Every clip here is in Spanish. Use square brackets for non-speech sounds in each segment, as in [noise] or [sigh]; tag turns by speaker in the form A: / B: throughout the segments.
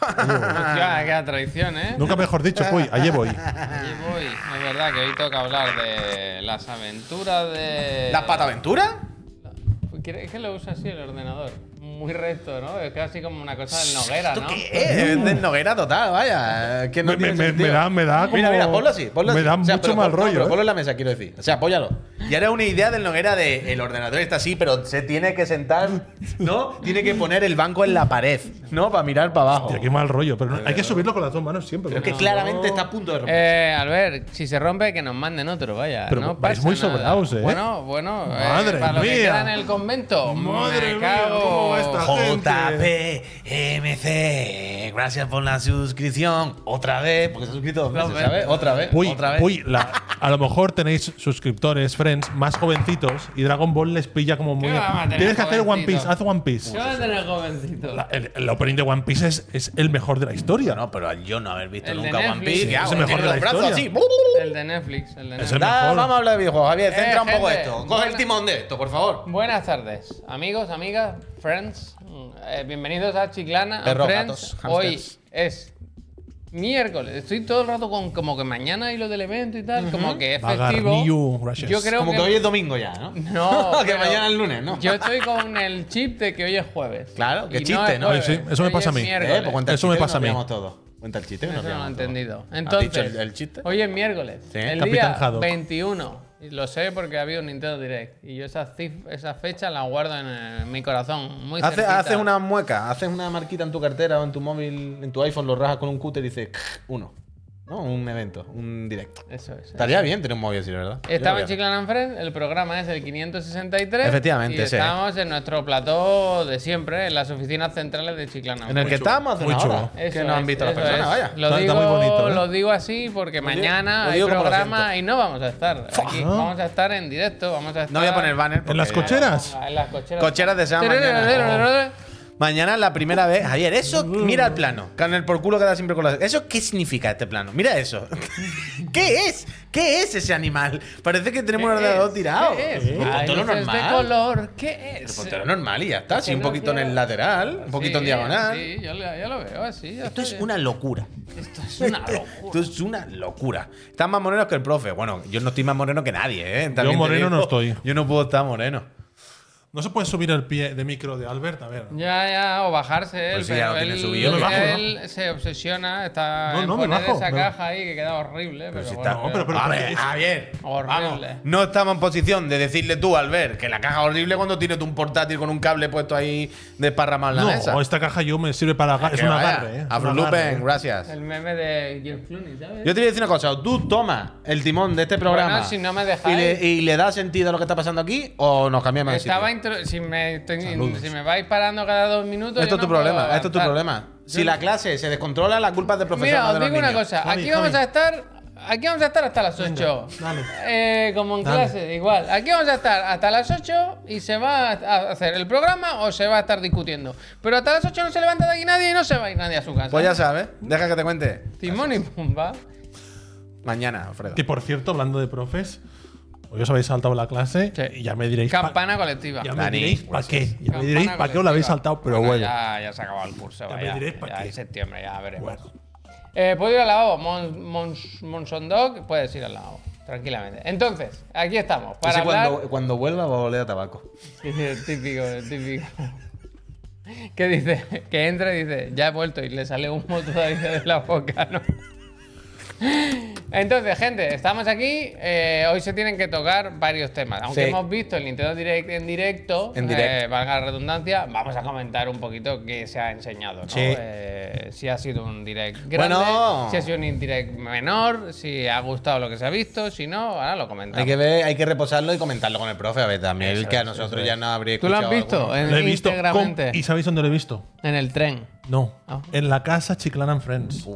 A: Ah.
B: Hostia, Pues qué traición, ¿eh?
A: Nunca mejor dicho, voy, allí voy.
B: Allí voy. Es verdad que hoy toca hablar de las aventuras de.
C: ¿Las pataventuras?
B: ¿Quieres que lo use así el ordenador? Muy recto, ¿no? Es casi como una cosa del Noguera, ¿no?
C: ¿Qué? Es de noguera total, vaya. es que no
A: Me, me-
C: tiene
A: me- me
C: sentido.
A: da, me da como-
C: Mira, mira, ponlo así, ponlo
A: Me
C: así.
A: da
C: O sea,
A: mucho
C: pero
A: mal
C: pon- no,
A: rollo.
C: pero
A: ¿eh?
C: ponlo en la mesa, quiero decir. O sea, apóyalo. Y ahora una idea del Noguera de el ordenador está así, pero se tiene que sentar, ¿no? Tiene que poner el banco en la pared, ¿no? Para mirar para abajo.
A: Hostia, qué mal rollo. Pero no- hay que subirlo con las dos manos siempre.
C: Pero es Eh, que
A: porque-
C: claramente está a punto de romper.
B: Eh, Albert, si se rompe, que nos manden otro, vaya.
A: Pero
B: no
A: vais
B: pasa
A: muy
B: nada.
A: sobraos, ¿eh?
B: Bueno, bueno. eh,
A: Madre
B: para lo que
A: mía.
B: queda en el convento.
A: Madre
B: me
A: mía,
B: cago.
A: ¿cómo va esta
C: JPMC, gracias por la suscripción. Otra vez, porque se ha suscrito dos veces, ¿sabes? Otra vez,
A: Puy,
C: otra vez.
A: puy, la- a lo mejor tenéis suscriptores, friends, más jovencitos y Dragon Ball les pilla como muy.
B: ¿Qué va a tener
A: Tienes que hacer One
B: jovencito?
A: Piece, haz One Piece.
B: ¿Qué va a tener jovencito?
A: La- el, el opening de One Piece es, es el mejor de la historia.
C: No, pero al yo no haber visto
B: El de
C: nunca One
B: Netflix.
C: Piece,
B: Sí,
C: ¿qué hago?
A: es el mejor
C: Tiene
A: de la
C: los brazos
A: historia.
C: así.
B: El de Netflix, el de
A: Es
B: Netflix.
A: el
C: Da,
A: mejor.
C: vamos a hablar de videojuegos, Javier. Centra un
B: Eh, gente.
C: poco esto. Coge el
B: Buena-
C: timón de esto, por favor.
B: Buenas tardes, amigos, amigas, friends. Mm, eh, bienvenidos a Chiclana.
C: Perros,
B: a friends.
C: gatos,
B: Hoy
C: hamsters.
B: es miércoles. Estoy todo el rato con como que mañana y lo del evento y tal, como que es festivo.
A: Vagarniu, gracias.
B: Yo creo
C: Como que
B: que
C: hoy es domingo ya, ¿no?
B: no,
C: [laughs] que
B: pero
C: mañana es lunes, ¿no? [laughs] Eh,
B: Yo estoy con el chip de que hoy es jueves.
C: Claro, qué
B: Y
C: chiste,
B: es
C: ¿no?
B: jueves,
A: Sí, sí, eso me
B: hoy
A: pasa
B: es
A: a mí.
B: miércoles.
C: Eh, pues cuenta el
A: Eso me
C: chiste que
A: pasa a
C: nos
A: mí.
C: pillamos todo. Cuenta el chiste que nos
B: Eso no lo he
C: pillamos todo.
B: entendido.
C: ¿Has
B: Entonces,
C: dicho el, el chiste?
B: hoy es miércoles.
C: Sí,
B: el
A: Capitán
B: día
A: Haddock.
B: 21. Y Lo sé porque ha habido un Nintendo Direct. Y yo esa, cif- esa fecha la guardo en, eh, mi corazón. Muy
C: Haces
B: cerquita.
C: haces una mueca, haces una marquita en tu cartera o en tu móvil, en tu iPhone, lo rajas con un cúter y dices uno. No, un evento, un directo.
B: Eso es.
C: Estaría bien tener un móvil así, la ¿verdad? Yo lo
B: Estamos
C: voy a
B: en
C: hacer.
B: Chiclan and Friends, el programa es el 563.
C: Efectivamente,
B: y
C: sí.
B: estamos en nuestro plató de siempre, en las oficinas centrales de Chiclan and
C: En el
B: Friends.
C: que estábamos hace
A: muy
C: una
A: chulo.
C: hora,
B: Eso
C: que no han
B: es,
C: visto las
B: eso
C: personas,
B: es.
C: vaya.
B: Lo
A: Está-
B: digo,
A: está muy bonito, ¿eh?
B: lo digo así porque mañana
C: lo digo
B: hay
C: como lo
B: programa
C: siento.
B: y no vamos a estar. Aquí
A: Fuck.
B: vamos a estar en directo, vamos a estar.
C: No voy a poner banner. porque-
A: ¿En las cocheras?
B: Ah, en las cocheras.
C: Cocheras de Oh. Sama mañana. Mañana es la primera vez. Javier, eso, mira el plano. Con el por culo que da siempre con las. ¿Eso qué significa este plano? Mira eso. [laughs] ¿Qué es? ¿Qué es ese animal? Parece que tenemos un ordenador tirado.
B: ¿Qué es?
C: Pues
B: Ay,
C: Ponte lo
B: luces de
C: normal.
B: color, ¿qué es?
C: Ponte lo normal y ya está. Sí,
B: Que
C: un
B: no
C: poquito en el
B: quiero.
C: lateral, un poquito en
B: Sí,
C: diagonal.
B: Sí, yo, lo- yo lo veo así. ya
C: Esto es
B: sé.
C: una locura.
B: Esto es una locura.
C: Esto es una locura. Estás más moreno que el profe. Bueno, yo no estoy más moreno que nadie, ¿eh? También te
A: moreno
C: digo,
A: no estoy.
C: Yo no puedo estar moreno.
A: No se puede subir el pie de micro de Albert, a ver.
B: Ya, ya, o bajarse él,
C: Pues si
B: pero
C: ya lo tiene
B: él,
C: subido,
A: me bajo, ¿no?
B: él se obsesiona, está
A: No,
B: en
A: no, me
B: poner
A: bajo,
B: esa
A: me-
B: caja ahí que queda horrible, pero,
C: si
B: bueno,
C: está-
A: no, pero-
C: a
A: ¿por
C: ver,
A: qué?
C: Javier,
B: Horrible.
C: vamos, no estamos en posición de decirle tú, Albert, que la caja es horrible cuando tienes tú un portátil con un cable puesto ahí desparramado en la
A: No,
C: mesa. Ah,
A: esta caja yo me sirve para agarrar. Es
C: Que
A: un
C: vaya.
A: agarre, ¿eh?
C: Afro
A: Un
C: Lupen,
A: agarre, ¿eh?
C: gracias.
B: el meme de George Clooney, ¿sabes?
C: Yo te voy a decir una cosa, o tú toma el timón de este programa
B: Bueno, si no me
C: y,
B: dejáis.
C: le, y le da sentido a lo que está pasando aquí o nos cambiamos de sitio.
B: Estaba intro- si, me estoy- si me vais parando cada dos minutos.
C: Esto
B: yo
C: es tu
B: no puedo
C: problema, esto es tu
B: avanzar.
C: problema. Si la clase se descontrola, la culpa es del profesor.
B: Mira,
C: no de
B: os
C: los
B: digo una
C: niños.
B: cosa.
A: Javi,
B: Aquí vamos
A: Javi.
B: a estar. Aquí vamos a estar hasta las 8.
A: dale.
B: Eh, como en
A: Dale.
B: clase, igual. Aquí vamos a estar hasta las 8 y se va a hacer el programa o se va a estar discutiendo. Pero hasta las 8 no se levanta de aquí nadie y no se va a ir nadie a su casa. ¿eh?
C: Pues ya sabes, deja que te cuente.
B: Timón y Pumba.
C: Mañana, Alfredo.
A: Que por cierto, hablando de profes, hoy os habéis saltado la clase
B: Sí.
A: y ya me diréis. pa-
B: Campana colectiva.
A: Ya me
C: Dani,
A: diréis
B: pues
A: para qué. Ya me
B: Campana
A: diréis para qué os la habéis
B: colectiva.
A: saltado, pero bueno.
B: Ya, ya se ha acabado el curso.
A: Ya me
B: vaya.
A: diréis pa'
B: Ya
A: qué.
B: en septiembre ya veremos.
A: Bueno.
B: Eh, puedo ir al lavabo. Mon, Mons- Monsondog, puedes ir al lavabo. Tranquilamente. Entonces, aquí estamos. Para
C: Ese
B: hablar...
C: cuando, cuando vuelva va a oler a tabaco.
B: Sí, el típico, el típico. Que dice, que entra y dice, ya he vuelto y le sale humo todavía de la boca, ¿no? Entonces, gente, estamos aquí. eh, hoy se tienen que tocar varios temas. Aunque
C: Sí.
B: hemos visto el Nintendo Direct en directo,
C: En directo.
B: eh, valga la redundancia, vamos a comentar un poquito qué se ha enseñado. ¿no?
C: Sí.
B: Eh, si ha sido un direct grande,
C: Bueno.
B: si ha sido un direct menor, si ha gustado lo que se ha visto, si no, ahora lo comentamos.
C: Hay que ver, hay que reposarlo y comentarlo con el profe. A ver, también el que a
B: es,
C: nosotros
B: eso
C: ya
B: es.
C: no habría
B: ¿Tú lo has
C: escuchado
B: visto?
C: alguno.
B: En,
A: Lo he visto. con-
B: íntegramente.
A: ¿Y sabéis dónde lo he visto?
B: En el tren.
A: No.
B: Ah.
A: En la casa Chiclan and Friends.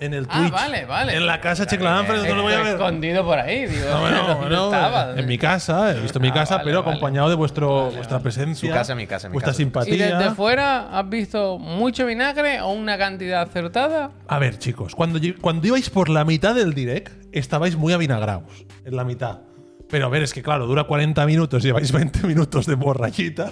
A: En el
B: Ah,
A: Twitch.
B: vale, vale.
A: En la casa Chiclan and Friends, no lo voy a ver.
B: Escondido por ahí, digo.
A: No, no,
B: [laughs] ¿dónde
A: no,
B: estaba? ¿Dónde-
A: en mi casa, he visto mi
B: Ah,
A: casa,
B: vale,
A: pero
B: vale.
A: acompañado de vuestro, vuestra presencia.
C: Su casa, mi casa, mi
A: Vuestra
C: casa.
B: ¿Y
A: simpatía.
B: desde fuera has visto mucho vinagre o una cantidad acertada?
A: A ver, chicos, cuando, lle- cuando ibais por la mitad del direct, estabais muy avinagrados. En la mitad. Pero a ver, es que claro, dura 40 minutos, lleváis [laughs] 20 minutos de borrachita.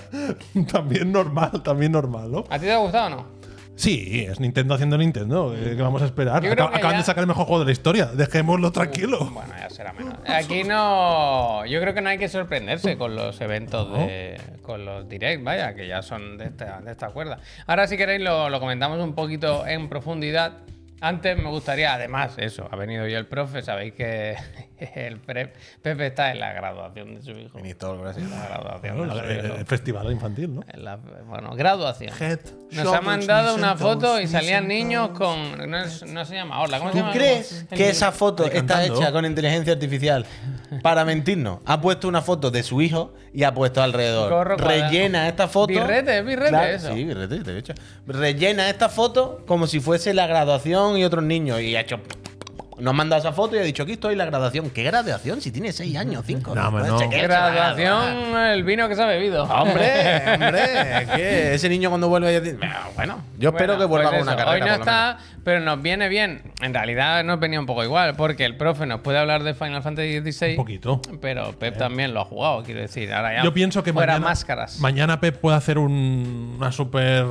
A: también normal, también normal, ¿no?
B: ¿A ti te ha gustado o no?
A: Sí, es Nintendo haciendo Nintendo. eh, ¿Qué vamos a esperar?
B: Yo creo
A: Acab-
B: que
A: acaban
B: ya-
A: de sacar el mejor juego de la historia. Dejémoslo tranquilo.
B: Bueno, ya será menos. Aquí no. Yo creo que no hay que sorprenderse con los eventos de. con los direct, vaya, que ya son de esta, de esta cuerda. Ahora, si queréis, lo, lo comentamos un poquito en profundidad. Antes me gustaría, además, eso, ha venido yo el profe, sabéis que [laughs] el prep, Pepe está en la graduación de su hijo.
C: Ministro, gracias.
B: La graduación de
A: Claro, la-
B: su
A: el,
C: eh,
B: hijo.
A: el festival infantil, ¿no?
B: En la- bueno, graduación.
A: Head,
B: Nos ha
A: shoulders,
B: mandado
A: knees
B: una
A: and
B: foto
A: toes,
B: y
A: knees
B: salían
A: and
B: niños
A: toes.
B: con. No, es- no se llama hola, ¿cómo se
C: ¿Tú
B: llama?
C: crees
B: El-
C: que esa foto está
A: cantando.
C: hecha con inteligencia artificial para mentirnos? Ha puesto una foto de su hijo y ha puesto alrededor.
B: Gorro cuadrado.
C: Rellena esta foto.
B: Birrete, es birrete eso.
C: Sí, birrete, de hecho. Rellena esta foto como si fuese la graduación y otros niños. Y ha hecho. Nos ha mandado esa foto y ha dicho: Aquí estoy la graduación. ¿Qué graduación? Si tiene 6 años, 5.
A: No, hombre, no.
B: Graduación, el vino que se ha bebido.
C: Hombre,
B: [laughs]
C: hombre. ¿qué? Ese niño cuando vuelve ya dice, "Ah, Bueno, yo espero
B: Bueno,
C: que vuelva
B: pues
C: con una
B: eso,
C: carrera.
B: Hoy no
C: por lo menos".
B: está, pero nos viene bien. En realidad nos venía un poco igual, porque el profe nos puede hablar de Final Fantasy XVI.
A: Un poquito.
B: Pero Pep también lo ha jugado, quiero decir. Ahora ya
A: Yo pienso que
B: fuera
A: mañana,
B: máscaras.
A: mañana Pep puede hacer un- una super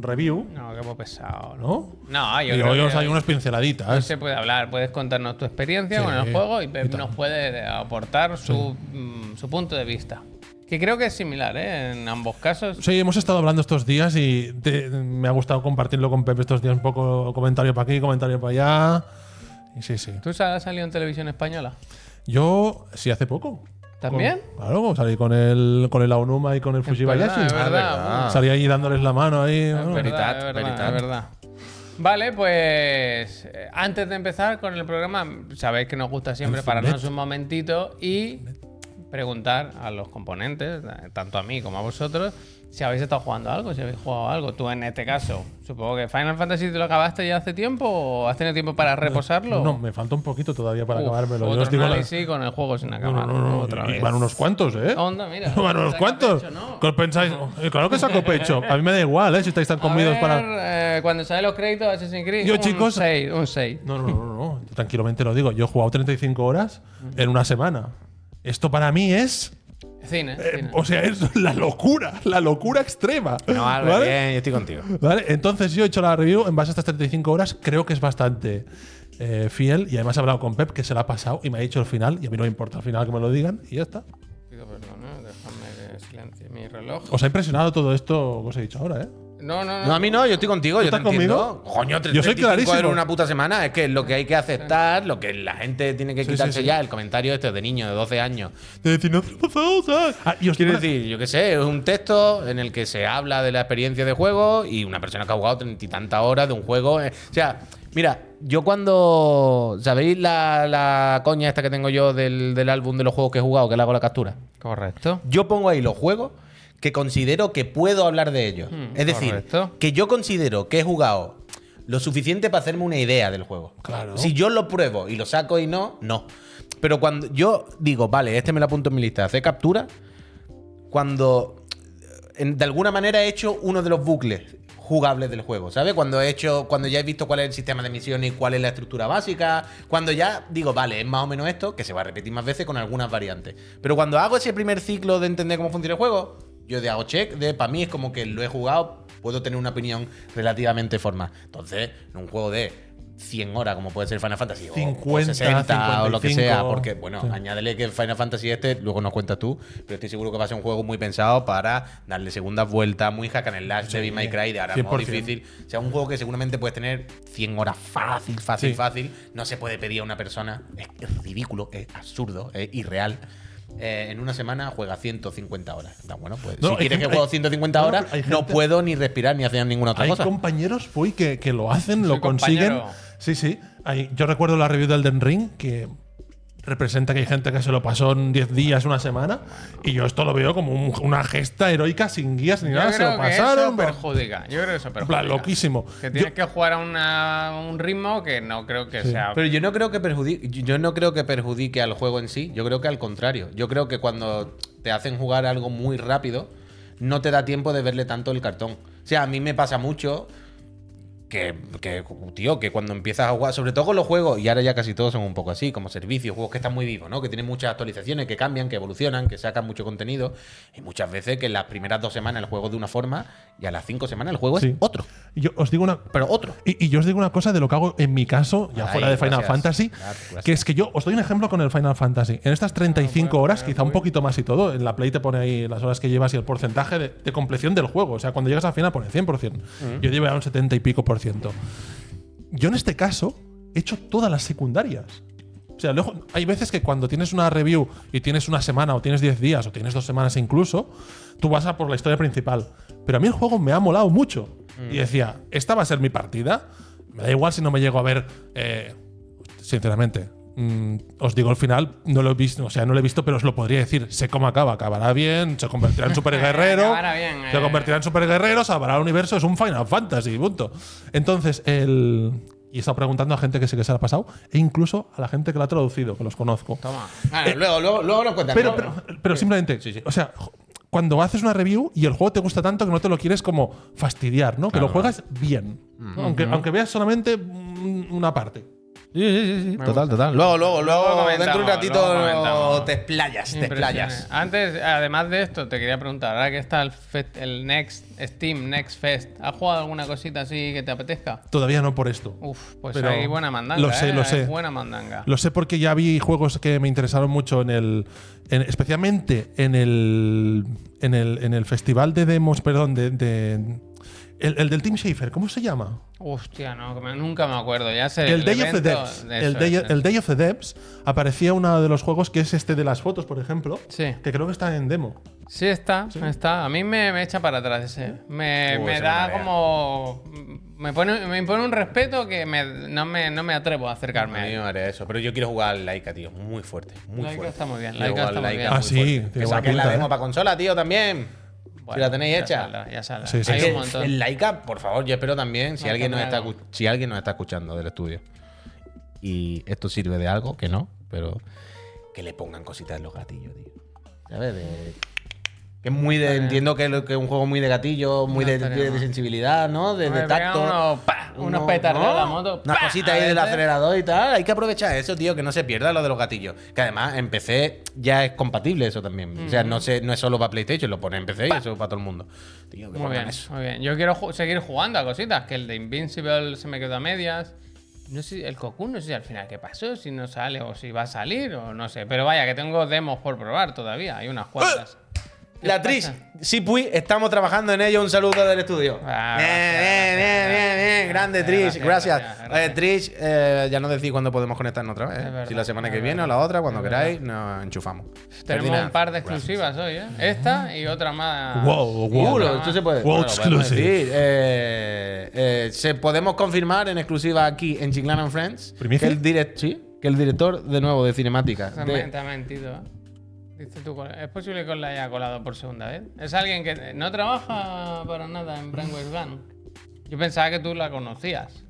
A: review,
B: no, que hemos pesado. ¿no?
A: ¿no?
B: No, yo
A: y
B: creo
A: hoy
B: que
A: os hay
B: hoy-
A: unas pinceladitas.
B: Se puede hablar, puedes contarnos tu experiencia
A: Sí,
B: con el juego y
A: y
B: Pep
A: tal.
B: nos puede aportar su, mm, su punto de vista. Que creo que es similar, ¿eh? En ambos casos.
A: Sí, hemos estado hablando estos días y te- me ha gustado compartirlo con Pep estos días. Un poco comentario para aquí, comentario para allá. Y sí, sí.
B: ¿Tú has salido en televisión española?
A: Yo, sí, hace poco.
B: ¿También?
A: Con- claro, salí con el, con el Aonuma y con el
B: verdad,
A: Fujibayashi.
B: es
C: verdad.
B: Ah, verdad.
A: Salí ahí dándoles la mano ahí.
B: Es
A: bueno.
B: verdad,
C: Veritat,
B: es verdad,
C: veritat.
B: es verdad. Vale, pues eh, antes de empezar con el programa, sabéis que nos gusta siempre
A: El
B: pararnos
A: fumet.
B: un momentito y preguntar a los componentes, eh, tanto a mí como a vosotros, si habéis estado jugando algo, si habéis jugado algo. Tú en este caso, supongo que Final Fantasy te lo acabaste ya hace tiempo o has tenido tiempo para reposarlo.
A: No, me falta un poquito todavía para
B: Uf,
A: acabármelo. Yo
B: Otro
A: os digo la-
B: análisis con el juego sin
A: No,
B: acabar.
A: no, no, no,
B: otra
A: y- y
B: vez.
A: van unos cuantos, ¿eh?
B: Onda,
A: [laughs]
B: mira.
A: Van unos
B: Saca
A: cuantos.
B: pecho, ¿no?
A: ¿Qué os pensáis?
B: [laughs]
A: Eh, Claro que saco pecho. A mí me da igual, ¿eh? Si estáis tan
B: A
A: comidos
B: ver,
A: para.
B: eh, cuando salen los créditos de Assassin's Creed,
A: Yo,
B: un
A: chicos-
B: 6, un 6.
A: No, no, no, no, no. Tranquilamente lo digo. Yo he jugado 35 horas en una semana. Esto para mí es.
B: Cine,
A: eh,
B: cine.
A: o sea, es la locura. La locura extrema.
C: No, Albert,
A: ¿vale?
C: bien, yo estoy contigo.
A: Vale, entonces yo he hecho la review en base a estas 35 horas, creo que es bastante eh, fiel y además he hablado con Pep que se la ha pasado y me ha dicho el final y a mí no me importa el final que me lo digan y ya está.
B: Pido perdón, ¿eh? déjame que silencie mi reloj.
A: Os ha impresionado todo esto que os he dicho ahora, ¿eh?
B: No, no, no.
C: No, a mí no, yo estoy contigo, yo te
A: estás
C: entiendo.
A: conmigo?
C: Coño,
A: Yo soy
C: 35
A: clarísimo.
C: euros una puta semana. Es que lo que hay que aceptar, lo que la gente tiene que
A: Sí,
C: quitarse
A: sí, sí.
C: ya, el comentario este de niño de 12 años.
A: De decir, no hacemos cosas. Ah, y os
C: Quiero
A: digo una-
C: decir, yo qué sé, es un texto en el que se habla de la experiencia de juego y una persona que ha jugado treinta y tantas horas de un juego. eh, o sea, mira, yo cuando. ¿Sabéis la, la coña esta que tengo yo del, del álbum de los juegos que he jugado, que le hago la captura?
B: Correcto.
C: Yo pongo ahí los juegos que considero que puedo hablar de ellos. es decir,
B: correcto.
C: que yo considero que he jugado lo suficiente para hacerme una idea del juego.
A: Claro.
C: Si yo lo pruebo y lo saco y no, no. Pero cuando yo digo, vale, este me lo apunto en mi lista, hacer captura, cuando en- de alguna manera he hecho uno de los bucles jugables del juego, ¿sabes? Cuando he hecho, cuando ya he visto cuál es el sistema de misiones y cuál es la estructura básica, cuando ya digo, vale, es más o menos esto, que se va a repetir más veces con algunas variantes. Pero cuando hago ese primer ciclo de entender cómo funciona el juego, yo de hago check, de para mí es como que lo he jugado, puedo tener una opinión relativamente formal. Entonces, en un juego de 100 horas, como puede ser Final Fantasy, o- o,
A: 50,
C: 60 o lo que sea,
A: 55.
C: porque, bueno, Añádele que el Final Fantasy este, luego nos cuentas tú, pero estoy seguro que va a ser un juego muy pensado para darle segundas vueltas, muy hack and slash, Devil May Cry, de ahora modo
A: 100%.
C: difícil. O sea, un juego que seguramente puedes tener 100 horas fácil, fácil,
A: Sí.
C: fácil. No se puede pedir a una persona, es, es ridículo, es absurdo, es irreal. Eh, en una semana juega 150 horas. Entonces, bueno, pues
A: No,
C: si
A: hay
C: quieres que
A: gente-
C: juego
A: hay-
C: 150
A: no,
C: horas,
A: pero hay
C: no
A: gente-
C: puedo ni respirar ni hacer ninguna otra
A: Hay
C: cosa.
A: compañeros, Puy, que, que lo hacen, lo
B: Soy
A: consiguen.
B: compañero.
A: Sí, sí. Hay- yo recuerdo la review del Den Ring que representa que hay gente que se lo pasó en 10 días, una semana, y yo esto lo veo como un- una gesta heroica sin guías ni
B: Yo
A: nada.
B: creo
A: Se lo
B: que
A: pasaron.
B: eso perjudica. Yo creo que eso
A: en
B: perjudica.
A: plan, loquísimo.
B: Que
A: Yo-
B: tienes que jugar a una- un ritmo que no creo que sea.
C: Pero yo no creo que perjudique, yo no creo que perjudique al juego en sí, yo creo que al contrario. Yo creo que cuando te hacen jugar algo muy rápido, no te da tiempo de verle tanto el cartón. O sea, a mí me pasa mucho que, que, tío, que cuando empiezas a jugar, sobre todo con los juegos, y ahora ya casi todos son un poco así, como servicios, juegos que están muy vivos, ¿no? Que tienen muchas actualizaciones, que cambian, que evolucionan, que sacan mucho contenido. Y muchas veces que en las primeras dos semanas el juego es de una forma y a las cinco semanas el juego es
A: Sí.
C: otro.
A: Yo os digo una.
C: Pero otro.
A: Y, y yo os digo una cosa de lo que hago en mi caso, ya
C: Ay,
A: fuera de Final
C: gracias.
A: Fantasy,
C: Claro, gracias. Ah,
A: que es que yo os doy un ejemplo con el Final Fantasy. En estas 35 horas,
C: eh,
A: quizá un poquito más y todo, en la Play te pone ahí las horas que llevas y el porcentaje de, de compleción del juego. O sea, cuando llegas al final pone 100%.
C: Mm.
A: Yo llevo a un 70 y pico por ciento. Yo en este caso he hecho todas las secundarias. O sea, luego, hay veces que cuando tienes una review y tienes una semana o tienes 10 días o tienes dos semanas incluso, tú vas a por la historia principal. Pero a mí el juego me ha molado mucho.
B: Mm.
A: Y decía, esta va a ser mi partida. Me da igual si no me llego a ver, eh, sinceramente. mm, os digo el final, no lo he visto, o sea, no lo he visto, pero os lo podría decir. Sé cómo acaba, acabará bien, se
B: [laughs]
A: convertirá en super guerrero,
B: Acabará bien,
A: se
B: eh.
A: convertirá en superguerreros, salvará el universo, es un Final Fantasy, punto. Entonces, el. Y he estado preguntando a gente que sé que se la ha pasado, e incluso a la gente que la ha traducido, que los conozco.
B: Toma. Ah,
C: Claro, luego, luego, luego lo cuentas.
A: Pero,
C: ¿no?
A: pero, pero simplemente, o sea, jo- cuando haces una review y el juego te gusta tanto que no te lo quieres como fastidiar, ¿no? Que lo juegas bien. ¿no? aunque, aunque veas solamente un- una parte.
C: Total, total. Luego, luego, luego,
B: Luego comentamos,
C: dentro de un
B: luego comentamos.
C: ratito te
B: [laughs]
C: explayas, te explayas.
B: Impresiones. Antes, además de esto, te quería preguntar, ahora que está el, Fest- el Next Steam Next Fest, ¿has jugado alguna cosita así que te apetezca?
A: Todavía no por esto.
B: Uf, pues
A: Pero
B: hay buena mandanga.
A: lo sé,
B: ¿eh?
A: lo
B: Hay
A: sé.
B: Buena mandanga.
A: Lo sé porque ya vi juegos que me interesaron mucho en el. en- especialmente en el, en el. en el festival de demos, perdón, de. de- el, el del Team Schaefer, ¿cómo se llama?
B: Hostia, no, que me- nunca me acuerdo. Ya sé.
A: El, Day of the
B: evento-
A: Devs.
B: eso
A: El Day,
B: es, ¿eh?
A: el Day of the Devs aparecía uno de los juegos que es este de las fotos, por ejemplo.
B: Sí.
A: Que creo que está en demo.
B: Sí está, está. A mí me, me echa para atrás ese. Me,
C: Uh,
B: me
C: ese
B: da
C: me marea.
B: como... Me pone, me impone un respeto que me- no, me, no me atrevo a acercarme
C: A
B: a
C: mí
B: ello.
C: me marea eso. Pero yo quiero jugar al Laika, tío. Muy fuerte. Muy
B: Laika
C: fuerte.
B: está muy bien,
C: Quiero
B: Laika
C: jugar
B: está muy
C: Laika pues,
B: bien.
A: Ah,
C: muy
A: sí, tiene
C: fuerte. Que
A: buena
C: saquen la
A: pinta,
C: demo
A: ¿eh?
C: para consola, tío, también. si la tenéis
B: ya
C: hecha.
B: saldrá, ya saldrá.
A: Sí, sí,
B: Hay
A: sí.
B: un
C: Que El
B: montón.
C: Laika, por favor, yo espero también, si
B: Ay,
C: alguien,
B: que
C: nos
B: me
C: está,
B: hago.
C: escu- si alguien nos está escuchando del estudio y esto sirve de algo, que no, pero que le pongan cositas en los gatillos, tío. ¿Sabes? De- que es muy de. Entiendo que, lo- que es un juego muy de gatillo, muy
B: No
C: de,
B: estaría
C: de- de
B: mal. Pues
C: sensibilidad, ¿no? De,
B: Me
C: de
B: pegan
C: tacto.
B: unos, pa, unos petardos de la moto,
C: Unas
B: pa,
C: cositas
B: a
C: ahí del
B: veces.
C: acelerador y tal. Hay que aprovechar eso, tío, que no se pierda lo de los gatillos. Que además en PC ya es compatible eso también. O sea, no, se, no es solo para PlayStation, lo pone en PC y eso es para todo el mundo. Tío, que
B: Muy
C: pongan
B: bien,
C: eso.
B: muy bien. Yo quiero ju- seguir jugando a cositas, que el de Invincible se me quedó a medias. No sé, el Cocoon, no sé si al final qué pasó, si no sale o si va a salir o no sé. Pero vaya, que tengo demos por probar todavía, hay unas cuantas.
C: ¡Ah!
B: ¿Qué
C: La
B: pasa?
C: actriz, sí, Puy, estamos trabajando en ello. Un saludo del estudio.
B: Ah,
C: bien,
B: gracias,
C: bien,
B: gracias,
C: bien, bien,
B: gracias,
C: bien. Grande, Trish.
B: gracias,
C: Gracias.
B: gracias,
C: Oye, Trish, eh, ya nos decís cuándo podemos conectarnos otra vez. ¿eh?
B: Es verdad,
C: si la semana que
B: es
C: viene o
B: verdad,
C: la otra, cuando
B: es
C: queráis, nos enchufamos.
B: Tenemos
C: Ferdinand,
B: un par de
C: gracias.
B: exclusivas hoy, ¿eh? Esta y otra más.
A: Wow, wow.
C: Uh, lo-
B: no.
C: esto se puede.
A: Wow,
C: lo podemos
A: exclusive.
C: decir. Eh, eh, se podemos confirmar en exclusiva aquí en Chiclana and Friends
A: ¿Primicia?
C: que el direct, sí, que el director de nuevo de cinemática.
B: Se me- Te ha mentido, ¿eh? Dice tú, es posible que os la haya colado por segunda vez. Es alguien que no trabaja para nada en Brandway Van. Yo pensaba que tú la conocías.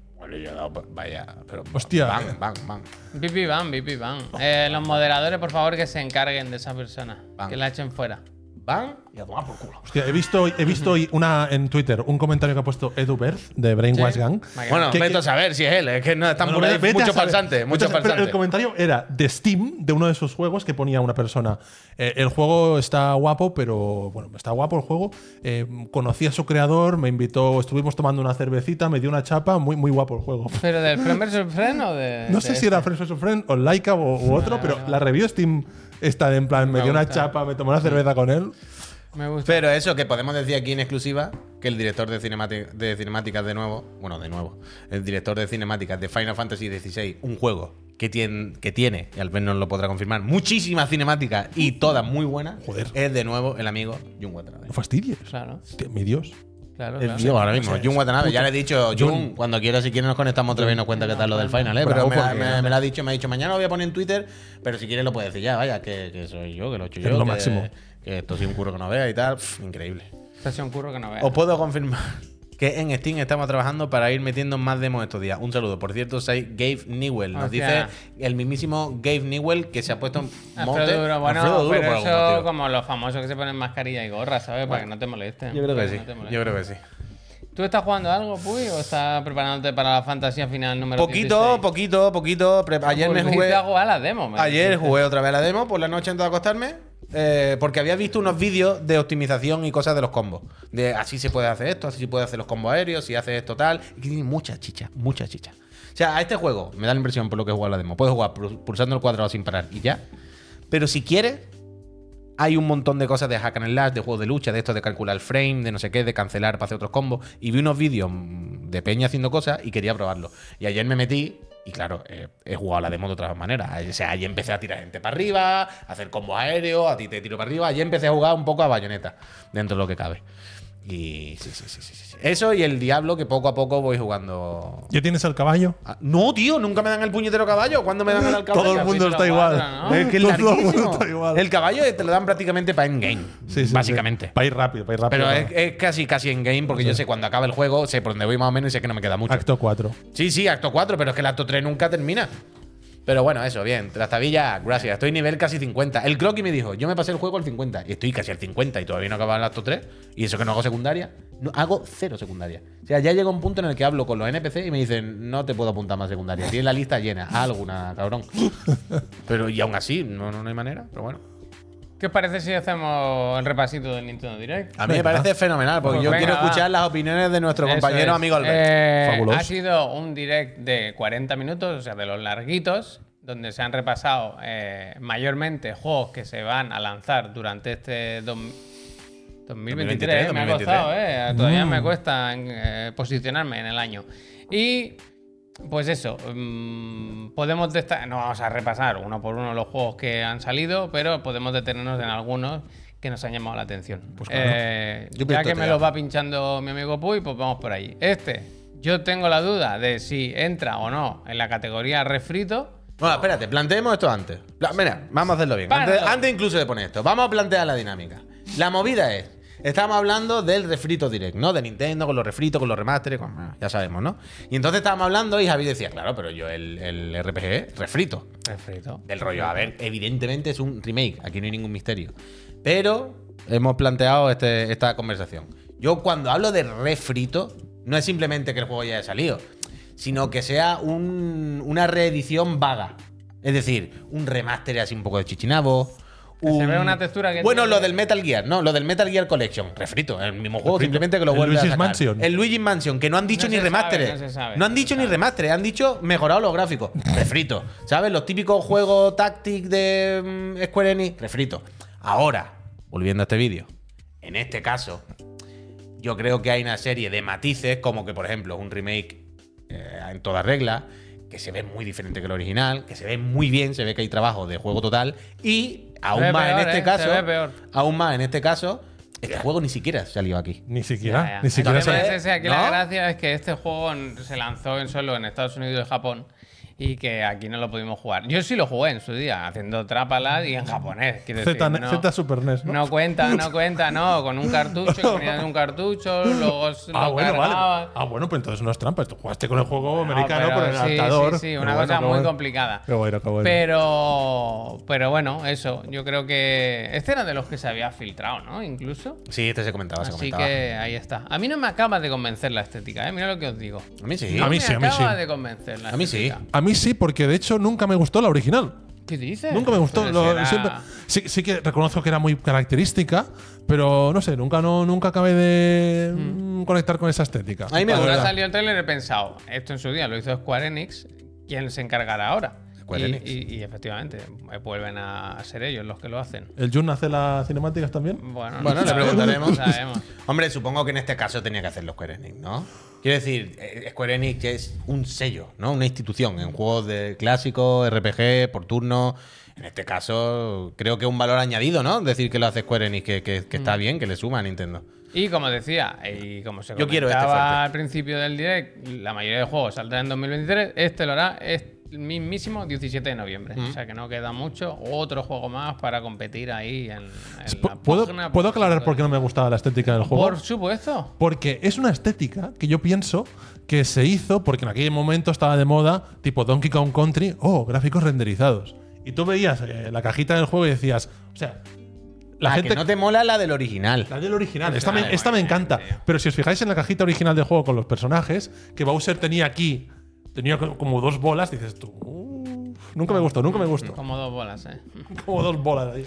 C: vaya, pero
A: Hostia.
C: Van, van, van.
B: Bipi Van, Bipi Van.
C: [laughs]
B: Eh, los moderadores, por favor, que se encarguen de esa persona.
C: Van.
B: Que la echen fuera.
C: Van y a tomar por culo.
A: Hostia, he visto,
B: [laughs]
A: he visto hoy una en Twitter un comentario que ha puesto Edu Berth de Brainwash
B: Sí.
A: Gang.
B: Vaya.
C: Bueno,
A: ¿Qué-
C: vete
A: qué-
C: a saber si es él, es que no
D: Ah,
C: están
A: Bueno,
C: por ahí
A: vete a
C: muchos
A: saber.
C: falsantes, muchos
A: Entonces, pero
C: falsantes.
A: El comentario era de Steam, de uno de sus juegos, que ponía una persona. eh, el juego está guapo, pero bueno, está guapo el juego. eh, conocí a su creador, me invitó, estuvimos tomando una cervecita, me dio una chapa, muy, muy guapo el juego.
B: ¿Pero del Friend
C: [laughs]
B: vs. Friend o de.?
A: No
B: de
A: sé si
B: este?
A: era Friends vs. Friend o Laika o, u otro, pero la review Steam está en plan, me, dio una
B: gusta.
A: chapa, me tomé una cerveza con él.
B: este? Me gusta.
C: Pero eso que podemos decir aquí en exclusiva, que el director de, cinemati- de cinemáticas de nuevo, bueno, de nuevo, el director de cinemáticas de Final Fantasy XVI, un juego que tiene, que tiene y al menos lo podrá confirmar, muchísimas cinemáticas y todas muy buenas,
A: Joder.
C: es de nuevo el amigo Jun Watanabe.
A: No fastidies.
B: Claro,
A: Hostia, mi Dios.
B: claro.
C: El
B: claro.
C: tío ahora mismo, Jun Watanabe, ya le he dicho, Jun, cuando quiera, si quieres nos conectamos otra vez y nos cuenta qué tal lo del final, ¿eh? Pero
A: Bravo,
C: me, la-
A: porque-
C: me- me lo ha dicho, me ha dicho, mañana lo voy a poner en Twitter, pero si quieres lo puedes decir ya, vaya, que, que soy yo, que lo he hecho
A: Es
C: yo.
A: lo
C: que-
A: máximo.
C: Que esto sí un curro que no vea y tal, Pff, increíble.
B: Este es un curro que no veas.
C: Os puedo confirmar que en Steam estamos trabajando para ir metiendo más demos estos días. Un saludo. Por cierto, soy Gabe Newell. Nos
B: Hostia.
C: dice el mismísimo Gabe Newell que se ha puesto en
B: Alfredo
C: monte.
B: Duro, bueno,
C: Alfredo Duro
B: pero
C: por algún
B: eso
C: motivo.
B: como los famosos que se ponen mascarilla y gorra, ¿sabes? Para que no te molesten.
C: Yo creo
B: Para
C: que sí.
B: no te molesten.
C: Yo creo que sí.
B: ¿Tú estás jugando algo, Puy, o estás preparándote para la fantasía final número
D: Poquito,
B: 16?
D: poquito, poquito. pre- Ayer me
B: Volviste
D: jugué.
B: a jugar a la demo, me
D: Ayer
B: dijiste.
D: jugué otra vez a la demo por la noche antes de acostarme. eh, porque había visto unos vídeos de optimización y cosas de los combos. De así se puede hacer esto, así se puede hacer los combos aéreos, si haces esto tal. Y que tiene mucha chicha, mucha chicha. O sea, a este juego me da la impresión por lo que he jugado a la demo. Puedes jugar pul- pulsando el cuadrado sin parar y ya. Pero si quieres, hay un montón de cosas de hack and slash, de juegos de lucha, de esto de calcular el frame, de no sé qué, de cancelar para hacer otros combos. Y vi unos vídeos mm, de Peña haciendo cosas y quería probarlo. Y ayer me metí y claro, eh, he jugado la demo de otras maneras. O sea, ayer empecé a tirar gente para arriba, a hacer combos aéreos, a ti te tiro para arriba. Ayer empecé a jugar un poco a bayoneta, dentro de lo que cabe. Y sí, sí, sí, sí, sí, sí. Eso y el Diablo que poco a poco voy jugando.
A: ¿Ya tienes el caballo?
D: Ah, No, tío, nunca me dan el puñetero caballo. ¿Cuándo me dan el caballo?
A: Todo el mundo
B: capítulo
A: está
B: cuatro,
A: igual. [laughs]
B: ¿no?
D: Es que es
A: Todo el mundo
D: larguísimo.
A: está igual.
D: El caballo te lo dan prácticamente para endgame. básicamente.
A: Para ir rápido, para ir rápido.
D: Pero es, es casi, casi endgame, porque yo sé cuando acaba el juego, sé por dónde voy más o menos y sé que no me queda mucho.
A: Acto 4.
D: Sí, sí, acto 4, pero es que el acto 3 nunca termina. Pero bueno, eso, bien. Trastavilla, gracias. Estoy nivel casi 50. El Crocky me dijo, yo me pasé el juego al 50. Y estoy casi al 50 y todavía no acaba el acto 3. Y eso que no hago secundaria. No, hago cero secundaria. O sea, ya llega un punto en el que hablo con los NPC y me dicen, no te puedo apuntar más secundaria. Tienes la lista llena. [laughs] Haz alguna, cabrón. Pero y aún así, no, no, no hay manera. Pero bueno.
B: ¿Qué os parece si hacemos el repasito del Nintendo Direct?
D: A mí me
A: Venga.
D: parece fenomenal, porque
B: Pues
D: yo
B: venga,
D: quiero
B: va.
D: escuchar las opiniones de nuestro
B: Eso
D: compañero
B: es.
D: amigo Albert.
B: Eh,
A: Fabuloso.
B: Ha sido un direct de 40 minutos, o sea, de los larguitos, donde se han repasado eh, mayormente juegos que se van a lanzar durante este dos- 2023.
D: 2023,
B: Me ha costado, eh, Todavía me cuesta eh, posicionarme en el año. Y pues eso, mm, podemos destacar, no vamos a repasar uno por uno los juegos que han salido, pero podemos detenernos en algunos que nos han llamado la atención. Eh,
D: Pues Yo
B: ya
D: pienso
B: que me
D: que
B: los va pinchando mi amigo Puy, pues vamos por ahí. Este, yo tengo la duda de si entra o no en la categoría refrito.
D: Bueno, espérate, planteemos esto antes. Pla- Mira, vamos a hacerlo bien.
B: Páralo.
D: Antes, antes incluso de poner esto, vamos a plantear la dinámica. La movida es, estamos hablando del refrito direct, ¿no? De Nintendo, con los refritos, con los remasteres, con- bueno, ya sabemos, ¿no? Y entonces estábamos hablando y Javi decía, claro, pero yo el, el RPG refrito.
B: Refrito.
D: Del rollo, a ver, evidentemente es un remake, aquí no hay ningún misterio. Pero hemos planteado este- esta conversación. Yo cuando hablo de refrito, no es simplemente que el juego ya haya salido, sino que sea un- una reedición vaga. Es decir, un remaster así un poco de chichinabo.
B: Que se
D: un-
B: vea una textura que
D: Bueno,
B: tiene-
D: lo del Metal Gear, no, lo del Metal Gear Collection, refrito, el mismo juego,
A: Refrito.
D: simplemente que lo
A: El
D: vuelve a
A: Luigi's
D: sacar.
A: Mansion.
D: El Luigi's Mansion, que no han dicho
B: No
D: ni
B: se sabe,
D: remasteres.
B: no se sabe,
D: no han
B: no se
D: dicho ni
B: sabe.
D: remasteres, han dicho mejorado los
B: [laughs]
D: gráficos. Refrito. ¿Sabes? Los típicos juegos táctic de mm, Square Enix. Refrito. Ahora, volviendo a este vídeo. En este caso, yo creo que hay una serie de matices, como que, por ejemplo, un remake eh, en toda regla, que se ve muy diferente que el original, que se ve muy bien, se ve que hay trabajo de juego total, y aún
B: ve
D: más en
B: peor,
D: este
B: eh,
D: caso,
B: se ve peor.
D: aún más en este caso, este juego ni siquiera salió aquí.
A: Ni siquiera.
B: Ya, ya.
A: Ni siquiera
B: Entonces,
A: se-
B: parece ser que
D: ¿No?
B: la gracia es que este juego en- se lanzó en solo en Estados Unidos y Japón y que aquí no lo pudimos jugar. Yo sí lo jugué en su día, haciendo trápalas y en japonés. quiero decir,
A: Z,
B: no-
A: Z Super NES. ¿no?
B: No cuenta,
A: [laughs]
B: no cuenta, no. Con un cartucho, que ponías un cartucho, luego s-
A: Ah,
B: lo
A: bueno, vale.
B: cargabas.
A: Ah, bueno, pues entonces no es trampa. Tú jugaste con el juego
B: No,
A: americano
B: Ah, pero
A: por el
B: sí,
A: adaptador.
B: Sí, sí,
A: Pero
B: una
A: bueno,
B: cosa
A: qué
B: muy
A: bueno.
B: complicada.
A: Qué bueno, qué bueno.
B: Pero, pero bueno, eso. Yo creo que este era de los que se había filtrado, ¿no? Incluso.
D: Sí, este se comentaba, se
B: Así
D: comentaba.
B: que ahí está. A mí no me acaba de convencer la estética, ¿eh? Mira lo que os digo.
D: A mí sí.
B: No
A: A mí
B: me
A: sí, a mí
B: acaba
A: sí.
B: de convencer la
D: A mí sí.
B: estética.
A: A mí sí, porque de hecho nunca me gustó la original.
B: ¿Qué dices?
A: Nunca me gustó.
B: Pero
A: lo-
B: si Eh, pues era-
A: siempre- sí, sí que reconozco que era muy característica, pero no sé, nunca, no, nunca acabé de mm, conectar con esa estética.
D: A mí me
A: La
B: Cuando ha
A: verdad.
B: salido el tráiler he pensado, esto en su día lo hizo Square Enix, ¿quién se encargará ahora?
D: Square
B: y,
D: Enix.
B: y- y efectivamente, eh, vuelven a ser ellos los que lo hacen.
A: ¿El Jun hace las cinemáticas también?
B: Bueno,
D: Bueno, le
B: sabemos,
D: preguntaremos.
B: no sabemos.
D: Hombre, supongo que en este caso tenía que hacerlo Square Enix, ¿no? Quiero decir, eh, Square Enix que es un sello, ¿no? Una institución en juegos de clásicos, RPG, por turno. En este caso, creo que es un valor añadido, ¿no? Decir que lo hace Square Enix, que, que- que
B: Mm.
D: está bien, que le suma a Nintendo.
B: Y como decía, y como se
D: Yo quiero este fuerte.
B: comentaba al principio del direct, la mayoría de juegos saldrán en 2023, este lo hará es- el mismísimo 17 de noviembre. O sea que no queda mucho, otro juego más para competir ahí en, en
A: Es-
B: la
A: ¿Puedo,
B: página.
A: ¿Puedo aclarar por qué no me gustaba la estética del juego?
B: pues Por supuesto.
A: Porque es una estética que yo pienso que se hizo porque en aquel momento estaba de moda, tipo Donkey Kong Country, oh, gráficos renderizados. Y tú veías eh, la cajita del juego y decías, o sea, la
C: Ah,
A: gente.
C: que no te Ah, mola la del original.
A: La del original. Esta,
B: Original,
A: me, esta me
B: madre
A: encanta.
B: mía.
A: Pero si os fijáis en la cajita original del juego con los personajes, que Bowser tenía aquí, tenía co- como dos bolas, dices tú. "Uf, nunca me gustó, nunca me
C: Mm.
A: gustó.
B: Como dos bolas, eh.
A: Como dos bolas ahí.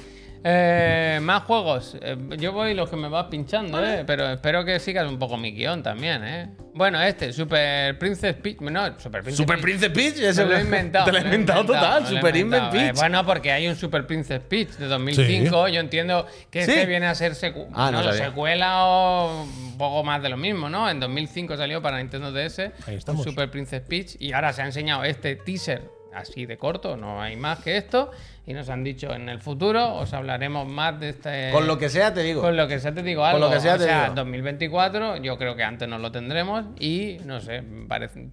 B: Eh, más juegos. Eh, yo voy los que me vas pinchando, eh. Pero espero que sigas un poco mi guión también, eh. Bueno, este, Super Princess Peach. No, Super Princess
C: Super
B: Peach.
C: Prince Peach,
B: Me
C: ese
B: lo he
D: [laughs]
B: inventado.
C: Te lo he
B: me
C: inventado total,
B: me lo he
C: Super Invent
B: inventado. Eh,
C: Peach.
B: bueno, porque hay un Super Princess Peach de 2005. Yo entiendo que
C: Sí.
B: este viene a ser secu-
C: Ah, no
B: bueno,
C: sabía.
B: secuela o un poco más de lo mismo, ¿no? En 2005 salió para Nintendo DS un
A: Ahí estamos.
B: Super Princess Peach y ahora se ha enseñado este teaser así de corto, no hay más que esto. Y nos han dicho en el futuro, os hablaremos más de este.
C: Con lo que sea, te digo.
B: Con lo que sea te digo algo.
C: lo que sea
B: o
C: te
B: sea,
C: digo.
B: 2024, yo creo que antes no lo tendremos. Y no sé, parece.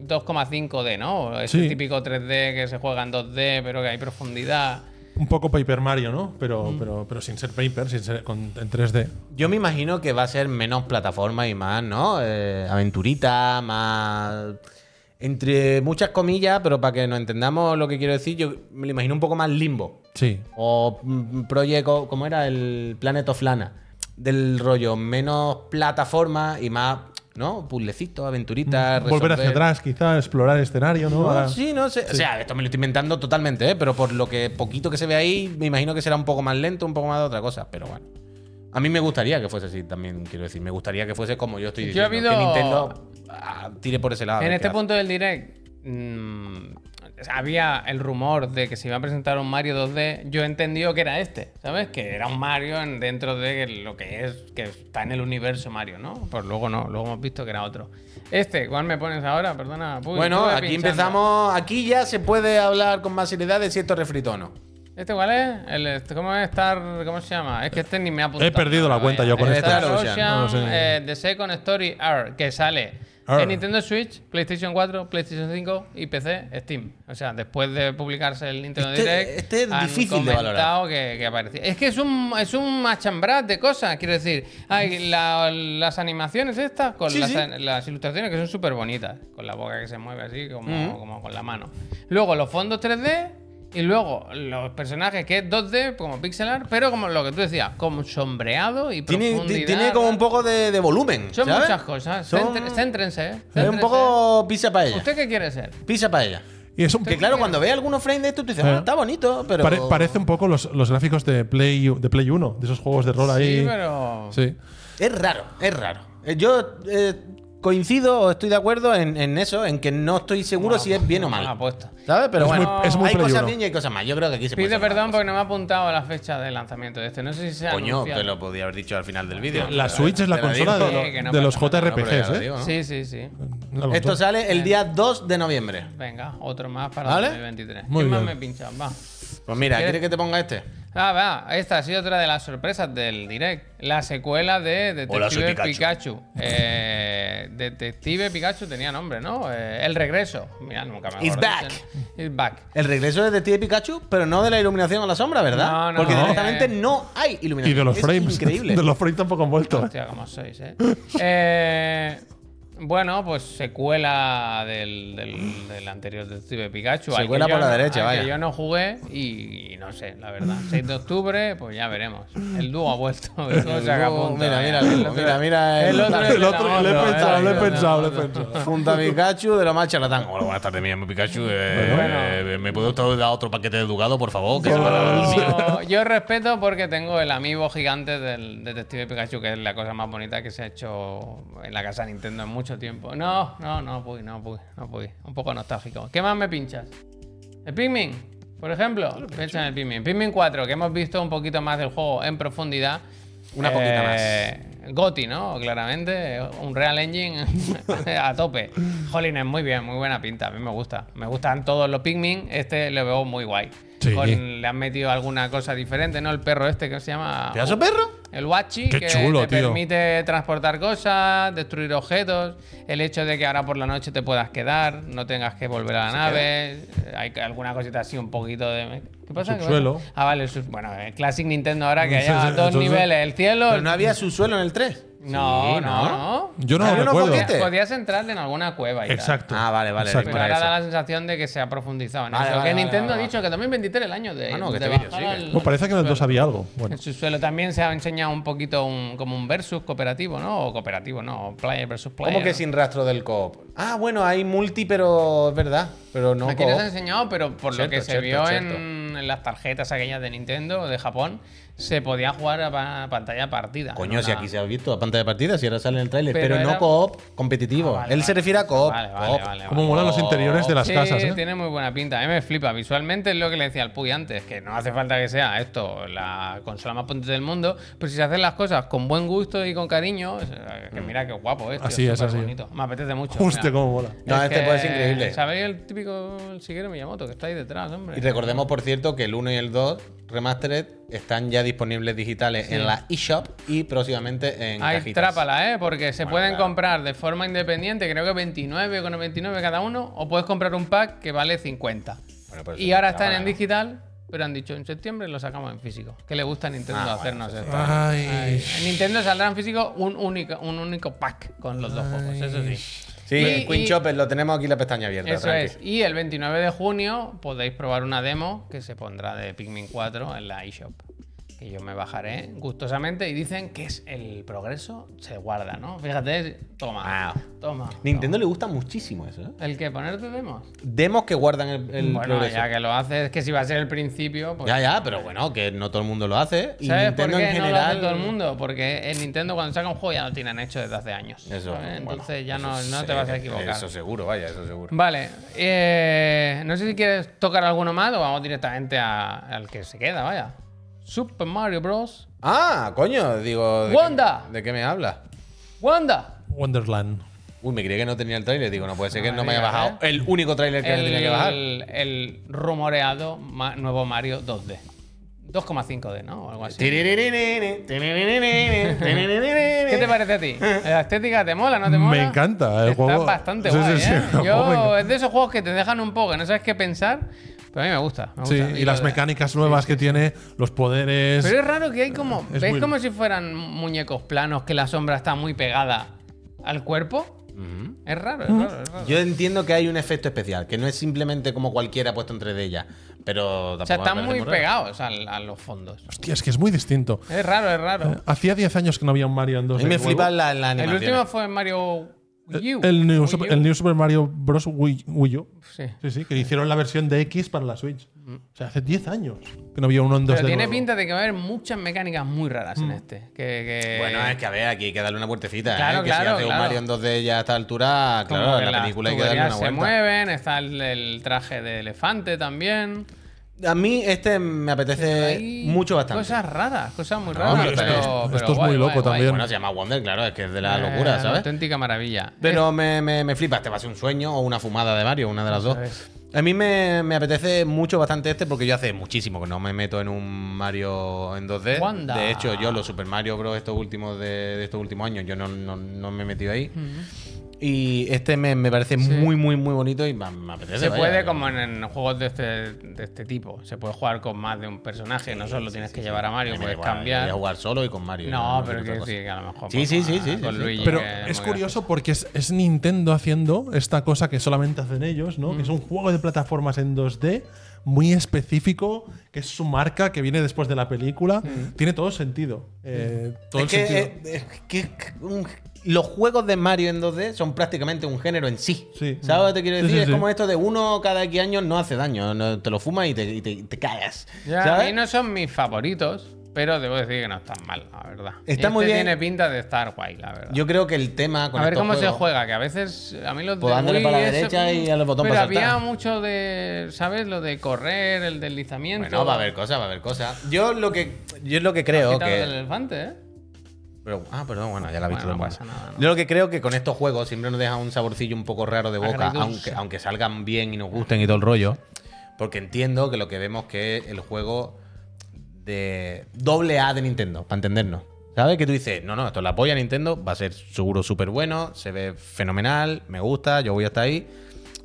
B: 2,5D, ¿no? Ese
A: Sí.
B: típico 3D que se juega en 2D, pero que hay profundidad.
A: Un poco Paper Mario, ¿no? Pero,
C: Mm.
A: pero, pero sin ser Paper, sin ser con- en 3D.
C: Yo me imagino que va a ser menos plataforma y más, ¿no? Eh, aventurita, más. Entre muchas comillas, pero para que nos entendamos lo que quiero decir, yo me lo imagino un poco más limbo.
A: Sí.
C: O mm, proyecto, ¿cómo era? El Planet of Lana. Del rollo, menos plataforma y más, ¿no? Puzzlecito, aventurita,
A: Volver hacia
C: resolver.
A: atrás, quizá, explorar escenario, ¿no?
C: No,
A: Ahora-
C: sí, no sé. O sea, esto me lo estoy inventando totalmente, ¿eh? pero por lo que poquito que se ve ahí, me imagino que será un poco más lento, un poco más de otra cosa, pero bueno. A mí me gustaría que fuese así también, quiero decir. Me gustaría que fuese como yo estoy
B: Yo he
C: diciendo. Que
B: habido-
C: Nintendo ah, tire por ese lado. a
B: en
C: ver
B: este
C: qué
B: punto del direct mm, había el rumor de que se iba a presentar un Mario 2D. Yo he entendido que era este, ¿sabes? Que era un Mario en- dentro de lo que es, que está en el universo Mario, ¿no? Pues luego no, luego hemos visto que era otro. Este, ¿cuál me pones ahora? Perdona.
C: hace.
B: Puy,
C: Bueno,
B: estuve
C: aquí
B: pinchando.
C: empezamos. Aquí ya se puede hablar con más seriedad de si esto es refrito o no.
B: ¿Este cuál es? El, este, ¿Cómo es Star? ¿Cómo se llama? Es que este ni me ha apuntado.
A: He perdido la
B: Vaya.
A: cuenta yo con
B: El
A: este.
B: Star
C: Star Ocean.
B: Ocean,
A: No lo sé.
B: eh, The Second Story R, que sale
A: R.
B: en Nintendo Switch, PlayStation 4, PlayStation 5 y PC, Steam. O sea, después de publicarse el Nintendo
C: Este-
B: Direct,
C: este es
B: han
C: difícil de
B: comentado
C: valorar.
B: que, que aparecía. Es que es un, es un machambrás de cosas, quiero decir. Hay la- las animaciones estas con
C: Mm. Sí,
B: las,
C: sí.
B: las ilustraciones que son súper bonitas, con la boca que se mueve así, como,
C: Mm.
B: como con la mano. Luego los fondos 3D y luego los personajes que es 2D, como pixelar, pero como lo que tú decías, como sombreado y
C: Tiene, ti-
B: profundidad.
C: tiene como un poco de, de volumen.
B: Son
C: ¿sabes?
B: muchas cosas.
C: Son-
B: Centre- Céntrense. eh.
C: Es
B: Céntrense.
C: un poco pizza para ella.
B: ¿Usted qué quiere ser?
C: Pizza para ella.
A: Y es un
C: Que claro, cuando ve algunos frames de esto, tú dices,
A: Eh.
C: "Ah, está bonito, pero.
A: pare- parece un poco los, los gráficos de Play, de Play 1, de esos juegos de rol ahí.
B: Sí, pero.
A: Sí.
C: Es raro, es raro. Eh, Yo eh, coincido o estoy de acuerdo en, en eso, en que no estoy seguro si es bien o mal.
B: Mala apuesta.
C: ¿Sabes? Pero
A: Es
C: bueno,
A: muy- es muy
C: hay cosas
A: peligroso.
C: bien y hay cosas mal. Yo creo que aquí se puede.
B: Pide
C: hacer
B: perdón
C: más
B: porque no me ha apuntado la fecha de lanzamiento de este. No sé si se ha
C: cosas. Coño,
B: anunciado.
C: te lo podía haber dicho al final del vídeo.
A: La
C: Te
A: Switch es la
C: te
A: consola
C: digo.
A: de,
B: Sí, que no
A: de los
B: pasa nada.
C: Bueno, pero ya
A: JRPGs,
C: lo
A: ¿eh?
C: digo, ¿no?
B: Sí, sí, sí.
A: La consola.
C: Esto sale el día 2 de noviembre.
B: Venga, otro más para
C: ¿Vale?
B: 2023.
A: Muy
B: ¿Qué más me
A: bien.
B: pinchan? Va.
C: Pues mira,
B: ¿Quieres-
C: ¿quieres que te ponga este?
B: Ah, va, esta ha sido otra de las sorpresas del direct. La secuela de Detective
C: Hola, soy
B: Pikachu.
C: Pikachu.
B: Eh, Detective Pikachu tenía nombre, ¿no? Eh, el regreso. Mira, nunca me
C: It's
B: acuerdo.
C: back.
B: It's back.
C: El regreso de Detective Pikachu, pero no de la iluminación a la sombra, ¿verdad?
B: No, no, Eh.
C: Porque
B: no.
C: directamente no hay iluminación.
A: Y de los
C: Es
A: frames.
C: Increíble.
A: [laughs] De los frames tampoco han vuelto.
B: Hostia, cómo sois, ¿eh? Eh, Bueno, pues secuela del, del, del anterior Detective Pikachu. al que
C: Secuela
B: yo
C: por la
B: no-
C: derecha,
B: al que
C: vaya.
B: yo no jugué y, y no sé, la verdad. 6 de octubre, pues ya veremos. El dúo ha vuelto. El dúo
C: El
B: saca
C: dúo,
B: punta,
C: mira,
B: eh.
C: mira,
B: El
C: mira,
B: otro-
C: mira, mira el-
B: otro es de
A: El
B: la
A: [laughs] otro, le he
B: moto,
A: pensado,
B: eh,
A: le he
B: el otro es de la
A: pensado, le he
B: moto.
A: pensado.
C: Junta a Pikachu de lo más charlatán. Hola, buenas tardes, mi llamo Pikachu. Eh, eh, ¿Me puede usted dar otro paquete de Ducado, por favor? Que se me ha-
B: Yo, [laughs] yo respeto porque tengo el amigo gigante del Detective Pikachu, que es la cosa más bonita que se ha hecho en la casa Nintendo en mucho tiempo. No, no, no, puy, no, puy, no, puy. Un poco nostálgico. ¿Qué más me pinchas? El Pikmin, por ejemplo. Piensa en el Pikmin. Pikmin 4, que hemos visto un poquito más del juego en profundidad.
C: Una poquita
B: más. Goti, ¿no? Claramente. Un Real Engine [laughs] a tope. Jolines, muy bien, muy buena pinta. A mí me gusta. Me gustan todos los Pikmin. Este lo veo muy guay.
A: Sí.
B: Con- le han metido alguna cosa diferente, ¿no? El perro este que se llama.
C: ¿Pedazo perro?
B: El Wachi,
A: Qué
B: que
A: chulo,
B: te
A: tío.
B: permite transportar cosas, destruir objetos, el hecho de que ahora por la noche te puedas quedar, no tengas que volver a la nave, eh, hay alguna cosita así un poquito de... ¿Qué pasa? ¿Qué pasa?
A: Subsuelo.
B: Ah, vale, el sub- bueno, el Classic Nintendo ahora que
C: [laughs]
A: Sí, sí,
B: haya
A: sí,
B: dos
A: entonces-
B: niveles, el cielo...
C: Pero
B: el-
C: no había subsuelo en el 3.
B: No, no,
C: Sí, ¿no?
B: no.
A: Yo no lo
C: ¿Había unos
A: recuerdo.
C: boquetes?
B: Podías entrar en alguna cueva y tal.
A: Exacto.
C: Ah, vale, vale,
A: Exacto.
B: Pero ahora
C: Esa.
B: da la sensación de que se ha profundizado en
C: Vale,
B: eso.
C: vale,
B: que
C: vale,
B: Nintendo
C: vale,
B: ha dicho que 2023 el año de,
C: Ah, no, que
B: de
C: este vídeo
B: bajar
C: sigue.
B: al-
A: Pues parece que en el 2 había algo. Bueno.
B: En su suelo también se ha enseñado un poquito un- como un versus cooperativo, ¿no? O cooperativo, no, o player versus player.
C: ¿Cómo que
B: ¿no?
C: sin rastro del coop? Ah, bueno, hay multi, pero es verdad. Pero no
B: Aquí les
C: coop.
B: ha enseñado, pero por lo
C: Cierto,
B: que se
C: cierto,
B: vio
C: cierto.
B: En, en las tarjetas aquellas de Nintendo de Japón, se podía jugar a pa- pantalla partida.
C: Coño,
B: ¿no?
C: si
B: La-
C: aquí se ha visto a pantalla de partida, si ahora sale en el tráiler,
B: Pero
C: pero,
B: era-
C: no coop competitivo.
B: Ah, vale,
C: Él
B: vale.
C: se refiere a coop.
B: Vale, vale,
C: coop.
B: vale,
A: Cómo
B: vale.
A: molan los interiores de las
B: Sí,
A: casas, ¿eh?
B: tiene muy buena pinta. A mí me flipa. Visualmente es lo que le decía al Puy antes, que no hace falta que sea esto la consola más potente del mundo, pero si se hacen las cosas con buen gusto y con cariño, es- eh, que
C: Mm.
B: mira qué guapo es. tío,
A: Así es,
B: súper
A: así
B: bonito. Me apetece mucho.
A: Hostia,
B: mira.
A: cómo mola.
C: No, este
B: que,
C: puede ser increíble.
B: ¿Sabéis el típico el siguiente Miyamoto que está ahí detrás, hombre?
C: Y recordemos, por cierto, que el 1 y el 2 Remastered están ya disponibles digitales en la eShop y próximamente en
B: Hay
C: cajitas.
B: trápala, ¿eh? Porque se pueden
C: claro.
B: comprar de forma independiente, creo que 29,99 cada uno, o puedes comprar un pack que vale 50.
C: Bueno, pero eso
B: y
C: no
B: ahora
C: está
B: están en
C: mal, ¿no?
B: digital, pero han dicho en septiembre lo sacamos en físico. Que le gusta a Nintendo
C: Ah,
B: hacernos
C: bueno,
B: esto.
A: Ay.
B: Ay, En Nintendo saldrá en físico un único, un único pack con los dos juegos, eso sí.
C: Sí,
B: Y-
C: el Queen
B: y-
C: Chopper, Pues lo tenemos aquí la pestaña abierta.
B: Eso
C: tranqui.
B: es. Y el 29 de junio podéis probar una demo que se pondrá de Pikmin 4 en la eShop. Que yo me bajaré gustosamente y dicen que es el progreso, se guarda, ¿no? Fíjate, toma.
C: Wow.
B: Toma.
C: Nintendo le gusta muchísimo eso. ¿eh?
B: toma. ¿El que ponerte demos?
C: Demos que guardan el, el
B: bueno,
C: progreso.
B: ya que lo haces, que si va a ser el principio, pues.
C: Ya, ya, pero bueno, que no todo el mundo lo hace. Y
B: ¿Sabes
C: Nintendo
B: por qué
C: en
B: no lo
C: general.
B: hace todo el mundo? Porque en Nintendo cuando saca un juego ya lo tienen hecho desde hace años.
C: Eso,
B: ¿vale?
C: bueno,
B: Entonces ya
C: eso
B: no, no
C: se-
B: te vas a equivocar.
C: Eso seguro, vaya, eso seguro.
B: Vale, eh, no sé si quieres tocar alguno más o vamos directamente a- al que se queda, vaya. Super Mario Bros.
C: Ah, coño, digo. ¿de qué-
B: Wanda.
C: ¿De qué me hablas?
B: ¡Wanda!
A: Wonderland.
C: Uy, me creí que no tenía el tráiler. Digo, no puede ser
B: [laughs]
C: que
B: No
C: no
B: me
C: me haya
B: digas,
C: bajado el único tráiler que me tenía que bajar.
B: El, el rumoreado ma- nuevo Mario 2D. 2,5D, ¿no? O algo así.
C: Tiririririne, tiririririne, [laughs] tiririririne.
B: ¿Qué te parece a ti? ¿La estética te mola, no te mola?
A: Me encanta el
B: Está
A: juego.
B: bastante
A: Sí, sí,
B: guay,
A: sí,
B: ¿eh?
A: el juego me
B: Yo,
A: encanta.
B: es de esos juegos que te dejan un poco, que no sabes qué pensar, pero a mí me gusta. me
A: Sí,
B: gusta.
A: y las
B: lo de-
A: mecánicas nuevas que tiene, los poderes.
B: Pero es raro que hay como.
A: Es
B: ¿Ves
A: muy-
B: como si fueran muñecos planos que la sombra está muy pegada al cuerpo?
C: Ujú.
B: Es raro, es raro, es raro.
C: Yo entiendo que hay un efecto especial, que no es simplemente como cualquiera puesto entre de ellas, pero tampoco
B: o sea,
C: me
B: están
C: parece
B: muy
C: raro.
B: pegados al- a los fondos.
A: Hostia, es que es muy distinto.
B: Es raro, es raro.
A: Hacía 10 años que no había un Mario en 2.
C: A mí me flipan las la
B: El
C: animaciones.
B: último fue en Mario Wii U.
A: el, new,
B: Wii
A: Super-
B: U.
A: el New Super Mario Bros. Wii, Wii U.
B: Sí. Mm.
A: Sí, sí, que hicieron la versión de X para la Switch. O sea, hace 10 años que no había uno en 2
B: Pero tiene pinta de que va a haber muchas mecánicas muy raras
A: Mm.
B: en este. Que, que-
C: Bueno, es que a ver, aquí hay que darle una vueltecita.
B: Claro,
C: ¿eh? Que
B: claro,
C: si hace un
B: claro.
C: Mario en dos de ellas a esta altura,
B: como
C: claro,
B: que
C: en la
B: las
C: película hay que darle
B: tuberías
C: una
B: se
C: vuelta.
B: mueven, está el, el traje de elefante también.
C: A mí este me apetece
B: Hay
C: mucho bastante.
B: Cosas raras, cosas muy
C: No,
B: raras.
C: pero
B: pero,
A: esto-
B: pero
A: esto es
B: guay,
A: muy
B: guay,
A: loco
B: guay.
A: también.
C: Bueno, se llama Wonder, claro, es que es de la
B: Eh,
C: locura,
B: una
C: ¿sabes?
B: Auténtica maravilla.
C: Pero me, me, me flipa, este va a ser un sueño o una fumada de Mario, una de las dos.
B: es.
C: A mí me, me apetece mucho bastante este porque yo hace muchísimo que no me meto en un Mario en 2D.
B: Wanda.
C: De hecho, yo los Super Mario Bros. estos últimos de, de estos últimos años, yo no, no- no me he metido ahí.
B: Mm.
C: Y este me, me parece muy, muy, muy bonito y me, me apetece.
B: se
C: vaya.
B: puede, como en, en juegos de este, de este tipo, se puede jugar con más de un personaje, no solo tienes que llevar a
C: A mí
B: Mario,
C: me da
B: puedes
C: igual,
B: cambiar.
C: Voy a jugar solo y con Mario.
B: No, pero
C: quiero otra
B: que
C: cosa.
B: sí, que a lo mejor.
C: Sí,
B: pues,
C: sí, sí,
B: ah,
C: sí, sí,
B: Con
C: sí.
B: Luigi.
A: Pero
B: que
A: es
B: muy
A: curioso porque es, es Nintendo haciendo esta cosa que solamente hacen ellos, ¿no? Que
B: Mm.
A: es un juego de plataformas en 2D muy específico, que es su marca, que viene después de la película.
B: Mm.
A: Tiene todo sentido. Eh, todo
C: es
A: el
C: que,
A: sentido.
C: eh, es que un- los juegos de Mario en 2D son prácticamente un género en sí.
A: Sí.
C: ¿Sabes lo que te quiero
A: Sí,
C: decir?
A: sí,
C: es
A: sí.
C: como esto de uno cada X años no hace daño. no- te lo fumas y te, y te- y te cagas.
B: Ya, a
C: ¿sabes?
B: mí no son mis favoritos, pero debo decir que no están mal, la verdad. este
C: Está muy bien.
B: tiene pinta de estar guay, la verdad.
C: Yo creo que el tema con
B: a ver
C: estos
B: cómo se
C: juegos-
B: juega, que a veces a mí los
C: Pues dándole para la
B: eso-
C: derecha y al botón
B: Pero
C: para
B: había
C: saltar.
B: mucho de, ¿sabes? Lo de correr, el deslizamiento.
C: Bueno, va a haber cosas, va a haber cosas. Yo lo que, yo lo que creo
B: Quitado del
C: que.
B: elefante, ¿eh?
C: Pero- ah, perdón, bueno, ya la he visto.
B: Bueno, no
C: lo
B: pasa
C: pongo.
B: nada, no.
C: Yo lo que creo que con estos juegos siempre nos deja un saborcillo un poco raro de boca,
B: Agridulce.
C: aunque, aunque salgan bien y nos gusten y todo el rollo. Porque entiendo que lo que vemos que es el juego de doble A de Nintendo, para entendernos. ¿Sabes? Que tú dices, no, no, esto es la polla Nintendo, va a ser seguro súper bueno, se ve fenomenal, me gusta, yo voy hasta ahí.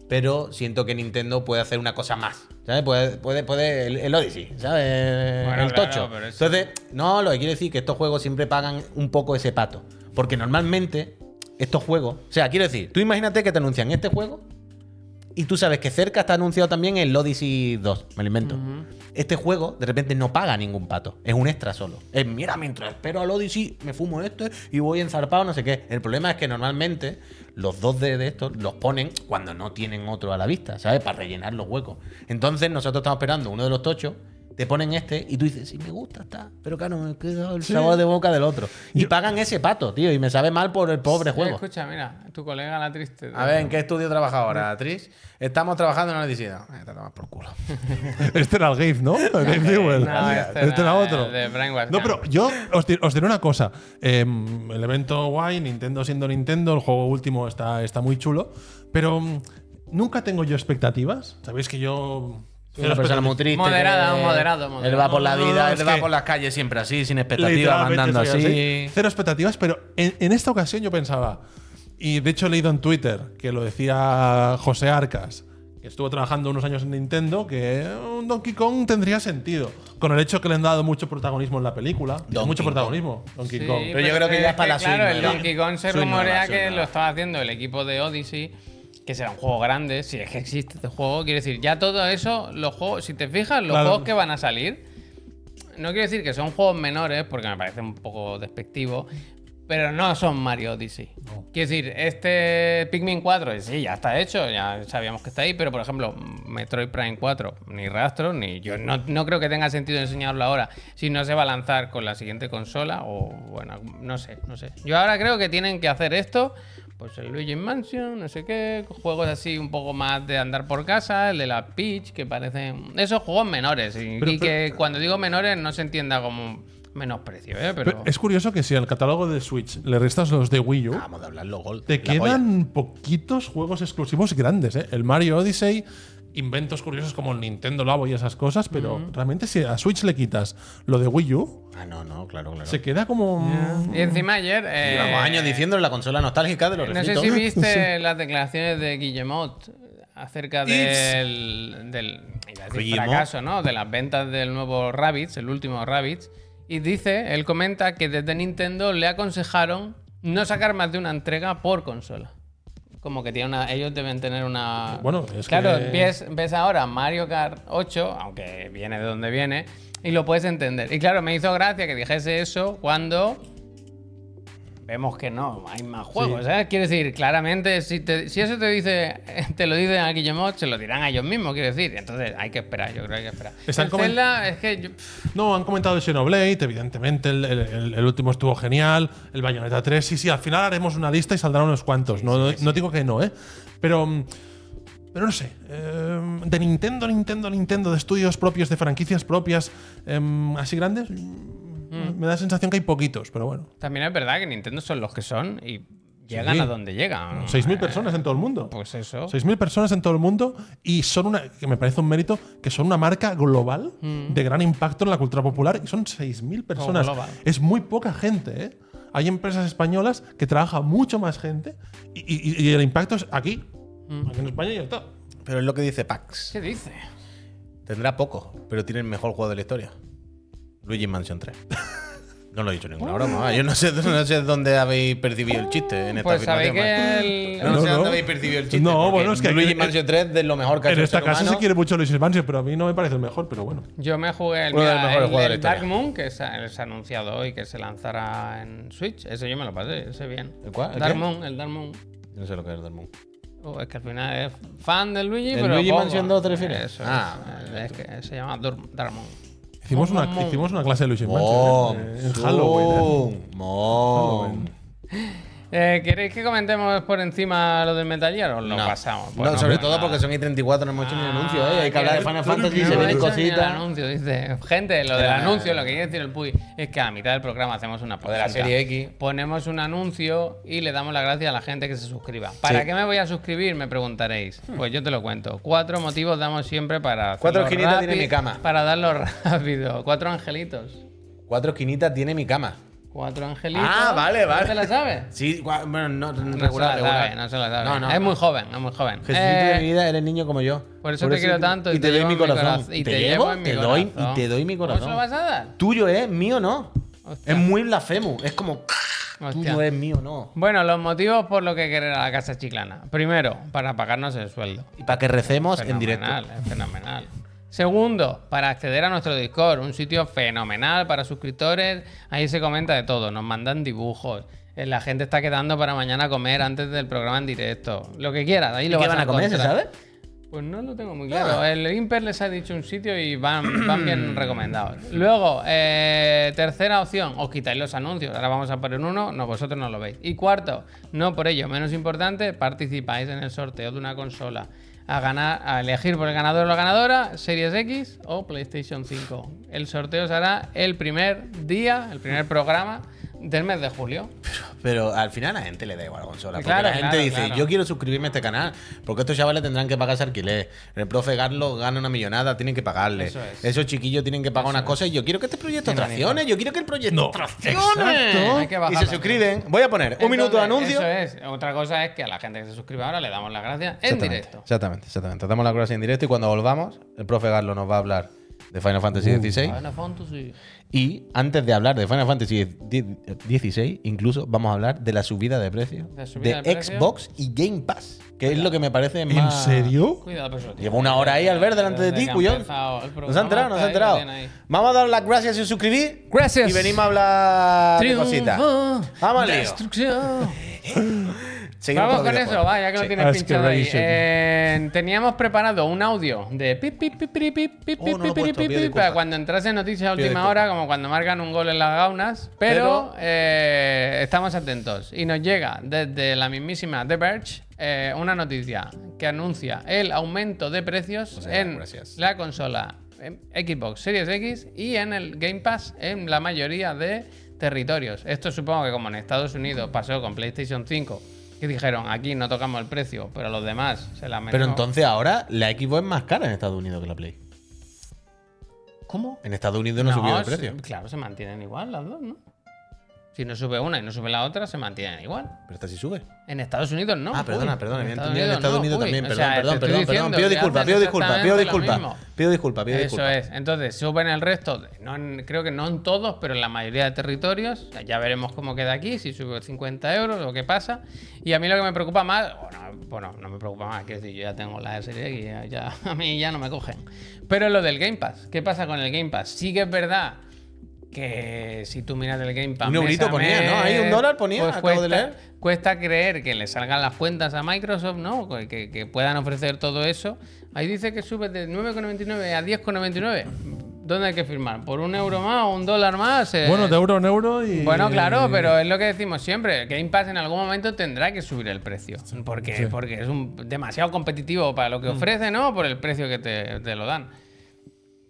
C: Pero siento que Nintendo puede hacer una cosa más. ¿Sabes? Puede, puede, puede el, el Odyssey, ¿sabes?
B: Bueno,
C: el
B: claro,
C: tocho.
B: pero eso-
C: Entonces, no, lo que quiero decir es que estos juegos siempre pagan un poco ese pato. Porque normalmente estos juegos. O sea, quiero decir, tú imagínate que te anuncian este juego y tú sabes que cerca está anunciado también el Odyssey 2, me lo invento. Este juego de repente no paga ningún pato, es un extra solo. Es, mira, mientras espero al Odyssey, me fumo este y voy enzarpado, no sé qué. El problema es que normalmente los dos de, de estos los ponen cuando no tienen otro a la vista, ¿sabes? Para rellenar los huecos. Entonces nosotros estamos esperando uno de los tochos. Te ponen este y tú dices, sí, me gusta, está. Pero claro, me queda el sabor de boca del otro. Y pagan ese pato, tío. Y me sabe mal por el
B: Oye,
C: pobre Este juego.
B: Eh, escucha, mira, tu colega la triste.
C: A ver, ¿en qué estudio trabaja ahora, Tris? Estamos trabajando en una edición. Eh, te tomas por culo.
A: [laughs] Este era el GIF, ¿no? El Gabe Newell.
B: no,
A: este,
B: este
A: era
B: no,
A: otro.
B: el de Brainwash
A: no,
B: Camp.
A: pero yo os, di- os diré una cosa. Eh, el evento guay, Nintendo siendo Nintendo, el juego último está, está muy chulo. Pero mm, nunca tengo yo expectativas. Sabéis que yo.
C: Soy una persona muy triste.
B: Moderada,
C: que
B: moderado,
C: Él
B: moderado.
C: va por la
A: No, no, no,
C: vida,
A: es
C: él va
A: que-
C: por las calles siempre así, sin expectativas,
A: Literalmente
C: andando
A: soy
C: así.
A: Cero expectativas, pero en, en esta ocasión yo pensaba, y de hecho he leído en Twitter que lo decía José Arcas, que estuvo trabajando unos años en Nintendo, que un Donkey Kong tendría sentido, con el hecho que le han dado mucho protagonismo en la película. Tiene
C: Donkey
A: mucho
C: Kong.
A: protagonismo, Donkey
B: Sí,
A: Kong.
C: Pero yo creo que
B: es
C: ya es para la
B: Claro,
C: Switch,
B: el
C: ¿no?
B: Donkey Kong se
C: Switch no, la
B: rumorea
C: Switch
B: que
C: no.
B: lo estaba haciendo el equipo de Odyssey, que será un juego grande, si es que existe este juego. Quiero decir, ya todo eso, los juegos, si te fijas, los
A: Claro.
B: juegos que van a salir, no quiero decir que son juegos menores, porque me parece un poco despectivo. Pero no son Mario Odyssey. Quiero decir, este Pikmin 4, sí, ya está hecho, ya sabíamos que está ahí, pero por ejemplo, Metroid Prime 4, ni rastro, ni yo no, no creo que tenga sentido enseñarlo ahora si no se va a lanzar con la siguiente consola o bueno, no sé, no sé. Yo ahora creo que tienen que hacer esto, pues el Luigi Mansion, no sé qué, juegos así un poco más de andar por casa, el de la Peach, que parecen esos juegos menores y,
A: Pero-
B: y que Eh, cuando digo menores no se entienda como menosprecio, ¿eh?
A: Pero es curioso que si al catálogo de Switch le restas los de Wii U,
C: Vamos a hablarlo, gol.
A: te
C: La polla.
A: quedan poquitos juegos exclusivos grandes. ¿eh? El Mario Odyssey, inventos curiosos como el Nintendo Labo y esas cosas, pero realmente si a Switch le quitas lo de Wii U,
C: Ah, no, no, claro, claro.
A: Se queda como. mm,
B: Y encima ayer. eh,
C: Llevamos años diciendo la consola nostálgica de los
B: No sé
C: refritos.
B: si
A: [laughs]
B: viste las declaraciones de Guillemot acerca del, del iba a decir
C: Guillemot.
B: fracaso, ¿no? De las ventas del nuevo Rabbids, el último Rabbids. Y dice, él comenta que desde Nintendo le aconsejaron no sacar más de una entrega por consola. Como que tiene una, ellos deben tener una.
A: Bueno, es
B: claro,
A: que-
B: ves, ves ahora Mario Kart 8, aunque viene de donde viene, y lo puedes entender. Y claro, me hizo gracia que dijese eso cuando vemos que no, hay más juegos, ¿eh? Quiero decir, claramente, si, te- si eso te dice, [laughs] te lo dicen a Guillemot, se lo dirán a ellos mismos, quiero decir. Entonces hay que esperar, yo creo que hay que esperar.
A: Están
B: El
A: como-
B: Zelda, es que yo- pff,
A: No, han comentado el Xenoblade, evidentemente, el, el- el- el último estuvo genial, el Bayonetta 3, sí, sí, al final haremos una lista y saldrán unos cuantos, no, no digo que no, ¿eh? Pero, mm, pero no sé, eh, de Nintendo, Nintendo, Nintendo, de estudios propios, de franquicias propias, em, así grandes, mm, me da la sensación que hay poquitos, pero bueno.
B: también es verdad que Nintendo son los que son y llegan
A: Sí.
B: a donde llegan.
A: 6.000 personas en todo el mundo.
B: Pues eso.
A: 6.000 personas en todo el mundo y son una, que me parece un mérito, que son una marca global de gran impacto en la cultura popular y son 6.000 personas.
B: Mm. global.
A: Es muy poca gente, ¿eh? Hay empresas españolas que trabaja mucho más gente y, y- y el impacto es aquí,
B: Mm.
A: aquí en España y ya está.
C: Pero es lo que dice Pax.
B: ¿Qué dice?
C: Tendrá poco, pero tiene el mejor juego de la historia. Luigi Mansion 3. [laughs] No lo he dicho ninguna broma. Yo no sé, no sé dónde habéis percibido el chiste en esta
B: Pues sabéis
C: afirmación.
B: que
C: Yo
B: el.
C: No,
A: No,
C: sé
A: no.
C: dónde habéis percibido el chiste.
A: No,
C: porque
A: bueno, es que
C: Luigi
A: aquí-
C: Mansion 3 de lo mejor que ha
A: En
C: hecho el
A: esta
D: este
C: ser
A: casa se
C: humano.
A: quiere mucho Luis Mansion, pero a mí no me parece el mejor, pero bueno.
B: Yo me jugué el,
C: Uno de los
B: mira,
C: mejores
B: el-
C: juegos de la
B: el
C: historia.
B: Dark Moon, que se ha, se ha anunciado hoy que se lanzará en Switch. Ese yo me lo pasé, ese bien.
C: ¿El cuál? ¿El
B: Dark
C: qué?
B: Moon, el Dark Moon.
C: No sé lo que es del mundo.
B: Oh, es que al final es fan del Luigi,
C: ¿El
B: pero.
C: Luigi
B: poco.
C: Mansion 2 te refieres?
B: Eso.
C: Ah,
B: es, es que se llama Dur- Darmon.
A: Hicimos una,
B: Mon.
A: hicimos una clase de Luis
C: Mom,
D: Oh,
A: Mansion ¿eh? en Halloween. ¿eh?
C: Mom, Mom.
B: Eh, ¿Queréis que comentemos por encima lo del Metal Gear o lo
C: No.
B: pasamos? pues
C: No, sobre todo porque son I-34, no hemos hecho ni
B: Ah.
C: anuncio, ¿eh? Hay que hablar de Final Fantasy,
B: No
C: se
B: ha
C: vienen
B: hecho ni el
C: cositas.
B: anuncio, dice. Gente, lo del
C: Ah.
B: anuncio, lo que quiere decir el Puy es que a mitad del programa hacemos una
C: de la
B: pausita.
C: serie X.
B: Ponemos un anuncio y le damos las gracias a la gente que se suscriba. ¿Para
C: Sí. Hmm.
B: qué me voy a suscribir? Me preguntaréis. Pues yo te lo cuento. Cuatro motivos damos siempre para. hacerlo
C: Cuatro esquinitas
B: rápido-
C: tiene mi cama.
B: Para darlo [laughs] rápido. Cuatro angelitos.
C: Cuatro esquinitas tiene mi cama.
B: Cuatro angelitos.
C: Ah, vale, vale.
B: ¿No te la sabes?
C: Sí, gua- bueno, no,
B: No
C: regular,
B: se la sabe,
C: regular.
B: no se la sabe.
C: No, no,
B: es
C: no.
B: muy joven, es muy joven.
C: Jesucito
B: Eh,
C: de mi vida, eres niño como yo.
B: por eso te quiero tanto
C: Y te, doy mi corazón.
B: Y te, llevo, en mi
C: te doy,
B: corazón.
C: y te doy mi
B: ¿Cómo se
C: corazón.
B: lo vas a dar?
C: Tuyo es, mío no.
B: Hostia.
C: Es muy blasfemo. Es como. Tú
B: Hostia.
C: no eres mío, no.
B: Bueno, los motivos por los que querer a la casa chiclana. Primero, para pagarnos el sueldo.
C: Y para que recemos en directo.
B: Fenomenal, es fenomenal. Segundo, para acceder a nuestro Discord, un sitio fenomenal para suscriptores. Ahí se comenta de todo, nos mandan dibujos. eh, La gente está quedando para mañana comer antes del programa en directo. Lo que quieras, ahí
C: ¿Y
B: lo
C: qué
B: vas
C: van a comer, se
B: encontrar.
C: sabe?
B: Pues no lo tengo muy claro. El Imper les ha dicho un sitio y van, van bien recomendados. Luego, eh, tercera opción, os quitáis los anuncios. Ahora vamos a poner uno, no, vosotros no lo veis. Y cuarto, no por ello, menos importante, participáis en el sorteo de una consola. A, ganar, a elegir por el ganador o la ganadora, Series X o PlayStation 5. El sorteo se hará el primer día, el primer programa del mes de julio.
C: Pero al final a la gente le da igual la consola. Porque
B: Claro,
C: la gente
B: claro,
C: dice,
B: claro.
C: yo quiero suscribirme a este canal, porque estos chavales tendrán que pagarse alquiler. El profe Garlo gana una millonada, tienen que pagarle.
B: Eso es.
C: Esos chiquillos tienen que pagar unas cosas y yo quiero que este proyecto traccione, yo quiero que el proyecto
A: No,
C: traccione.
B: exacto. Hay que
C: Y
B: bajarlo.
C: se suscriben. Voy a poner un minuto de
B: Entonces,
C: anuncio.
B: Eso es. Otra cosa es que a la gente que se suscribe ahora le damos las gracias en
C: Exactamente,
B: directo.
C: Exactamente, exactamente. Tratamos la gracia en directo y cuando volvamos, el profe Garlo nos va a hablar de Final Fantasy XVI.
B: Final Fantasy.
C: Y antes de hablar de Final Fantasy XVI, incluso vamos a hablar de la subida de precio
B: La subida
C: de,
B: de precio.
C: Xbox y Game Pass, que es lo que me parece
A: ¿En
C: más.
A: serio?
B: Cuidado, pero eso, tío.
C: Llevo una hora ahí, Albert, delante de
B: Desde
C: ti,
B: que ha
C: cuyón.
B: empezado el
C: Nos ha enterado,
B: programa,
C: nos
B: está
C: ha
B: ahí,
C: enterado.
B: lo tiene ahí.
C: Vamos a dar las gracias y suscribir.
B: Gracias.
C: Y venimos a hablar de cositas. Vamos al lío.
B: Destrucción.
C: Seguimos
B: Vamos
C: los
B: con eso,
C: videojuegos.
B: va, ya que lo
C: Sí.
B: tienes pinchado ahí.
A: Aspiration.
B: Eh, teníamos preparado un audio de pi, pi, pi, pi, pi, pi,
C: Oh, no lo he
B: pi, pi, pi,
C: puesto, pido
B: pi,
C: disculpas.
B: para cuando entrase noticias a
C: Pido
B: última hora, como cuando marcan un gol en las gaunas. Pero,
C: Pero-
B: eh, estamos atentos. Y nos llega desde la mismísima The Verge eh, una noticia que anuncia el aumento de precios
C: O sea,
B: en
C: Pues gracias.
B: la consola en Xbox Series X y en el Game Pass en la mayoría de territorios. Esto supongo que como en Estados Unidos pasó con PlayStation 5, que dijeron aquí no tocamos el precio, pero los demás se la
C: Pero
B: metieron.
C: entonces ahora la Xbox es más cara en Estados Unidos que la Play. ¿Cómo? En Estados Unidos no, subió el
B: se-
C: precio.
B: Claro, se mantienen igual las dos, ¿no? Si no sube una y no sube la otra, se mantienen igual.
C: Pero esta sí sube.
B: En Estados Unidos no.
C: Ah, perdona,
B: uy.
C: perdona, había
B: Estados
C: entendido en
B: Unidos
C: Estados
B: no,
C: Unidos
B: uy.
C: también,
B: O
C: perdón,
B: sea, te
C: perdón,
B: estoy
C: perdón, perdón,
B: diciendo
C: pido
B: que
C: disculpa,
B: hacen
C: pido disculpa, pido
B: exactamente lo
C: disculpa,
B: mismo.
C: pido disculpa, pido disculpa.
B: Eso es. Entonces, suben el resto, de- no en- creo que no en todos, pero en la mayoría de territorios. Ya veremos cómo queda aquí, si sube 50 euros o qué pasa. Y a mí lo que me preocupa más, bueno, bueno, no me preocupa más, quiero decir, yo ya tengo la serie X, ya, ya- [laughs] a mí ya no me cogen. Pero lo del Game Pass, ¿qué pasa con el Game Pass? Sí que es verdad que si tú miras el Game Pass.
C: Un
B: mes
C: eurito
B: a
C: ponía, ¿no? Ahí un dólar ponía,
B: pues
C: acabo de
B: cuesta-
C: leer.
B: cuesta creer que le salgan las cuentas a Microsoft, ¿no? Que, que- que puedan ofrecer todo eso. Ahí dice que sube de 9,99 a 10,99. ¿Dónde hay que firmar? ¿Por un euro más o un dólar más? Eh,
A: Bueno, de euro en euro y.
B: bueno, claro, pero es lo que decimos siempre. Game Pass en algún momento tendrá que subir el precio. Porque,
A: Sí. Mm.
B: porque es un, demasiado competitivo para lo que ofrece, ¿no? Por el precio que te, te lo dan.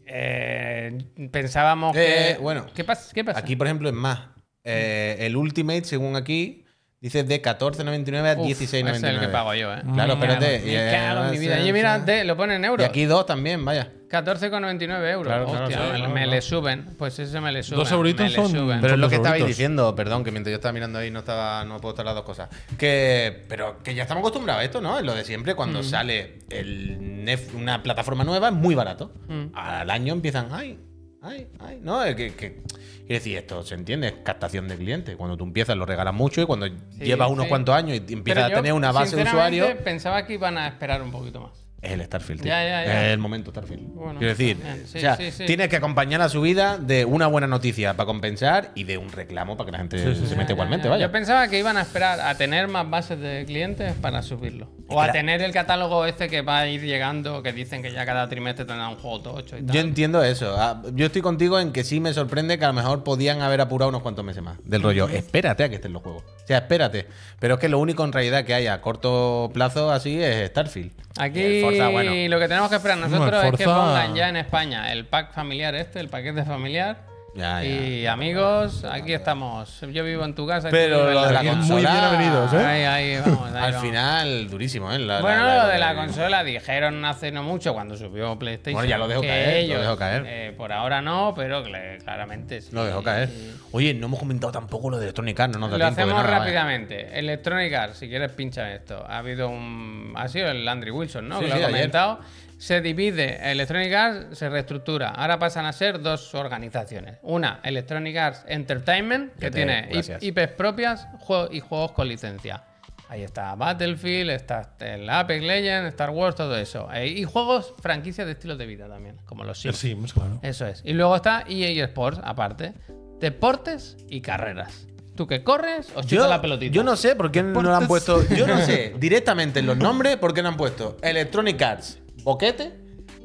B: Eh, pensábamos
C: Eh,
B: que...
C: bueno.
B: ¿Qué pasa? ¿Qué pasa?
C: Aquí, por ejemplo, es más. Eh, el Ultimate, según aquí, dice de 14.99 a
B: Uf,
C: 16.99.
B: ese Es el que pago yo, ¿eh?
C: Claro,
B: Me
C: espérate.
B: cago- Me
C: Ya,
B: cago en mi
C: ya,
B: vida.
C: ya,
B: Y mira,
C: ya.
B: te- lo ponen en
C: Y
B: euros.
C: aquí dos también, vaya.
B: 14,99 euros.
A: Claro, claro,
B: Hostia,
A: claro,
B: me,
A: claro,
B: me
A: claro.
B: le suben. Pues ese me le suben.
A: Dos euritos
B: me le
A: son-
B: suben.
C: Pero es lo
A: los
C: que estabais
A: euritos.
C: diciendo, perdón, que mientras yo estaba mirando ahí no estaba, no puedo estar las dos cosas. Que, pero que ya estamos acostumbrados a esto, ¿no? Es lo de siempre,
B: Mm.
C: cuando sale el Nef- una plataforma nueva es muy barato.
B: Mm.
C: Al año empiezan, ay, ay, ay, no, es que, que- quiero decir, esto se entiende, es captación de clientes. Cuando tú empiezas lo regalas mucho y cuando llevas unos
B: sí.
C: cuantos años y empiezas
B: Pero
C: a
B: yo,
C: tener una base de
B: sinceramente,
C: usuarios,
B: Pensaba que iban a esperar un poquito más.
C: es el Starfield.
B: Ya,
C: tío.
B: ya, ya.
C: Es el momento Starfield.
B: Bueno,
C: quiero decir,
B: bien, sí,
C: o sea,
B: sí, sí.
C: tienes que acompañar la subida de una buena noticia para compensar y de un reclamo para que la gente se meta
B: Ya,
C: igualmente,
B: ya,
C: vaya.
B: Yo pensaba que iban a esperar a tener más bases de clientes para subirlo. O
C: que
B: a
C: la-
B: tener el catálogo este que va a ir llegando, que dicen que ya cada trimestre tendrá un juego tocho y tal.
C: Yo entiendo eso. Ah, Yo estoy contigo en que sí me sorprende que a lo mejor podían haber apurado unos cuantos meses más. Del rollo, espérate a que estén los juegos. O sea, espérate. Pero es que lo único en realidad que hay a corto plazo así es Starfield. Y
B: Aquí
C: el Forza, bueno.
B: lo que tenemos que esperar
A: No, el
B: nosotros es que
A: Forza-
B: pongan ya en España el pack familiar este, el paquete familiar.
C: Ya, ya.
B: y amigos, aquí estamos. Yo vivo en tu casa.
C: Pero
B: tú vives en
C: lo de la
B: mía.
A: Muy
C: consola-
A: bienvenidos, ¿eh?
B: Ahí, ahí,
C: [laughs]
B: vamos, ahí
C: Al
B: vamos.
C: final, durísimo, ¿eh? La-
B: bueno, lo de la
C: economía.
B: consola dijeron hace no mucho cuando subió PlayStation.
C: Bueno, ya lo dejo
B: que
C: caer, lo
B: ellos,
C: dejo caer.
B: eh, por ahora no, pero cl- claramente sí.
C: Lo dejó caer. Oye, no hemos comentado tampoco lo de Electronic Arts, no nos da
B: Lo
C: tiempo de
B: hacemos
C: nada, vaya.
B: rápidamente. Electronic Arts, si quieres pincha en esto. Ha habido un... Ha sido el Landry Wilson, ¿no?
C: Sí,
B: que lo
C: sí,
B: ha
C: ayer.
B: comentado. se divide Electronic Arts, se reestructura. Ahora pasan a ser dos organizaciones. Una, Electronic Arts Entertainment, que
C: te-
B: tiene
C: gracias.
B: IPs propias jue- y juegos con licencia. Ahí está Battlefield, está el Apex Legends, Star Wars, todo eso. Eh, Y juegos, franquicias de estilos de vida también, como
C: [laughs]
B: los
A: El
B: Sims.
A: Sims, claro.
B: Eso es. Y luego está EA Sports, aparte. Deportes y carreras. ¿Tú que corres o chutas la pelotita?
C: yo no sé por qué no lo han
A: Deportes.
C: puesto. Yo no [laughs] sé directamente en los nombres por qué no han puesto Electronic Arts boquete,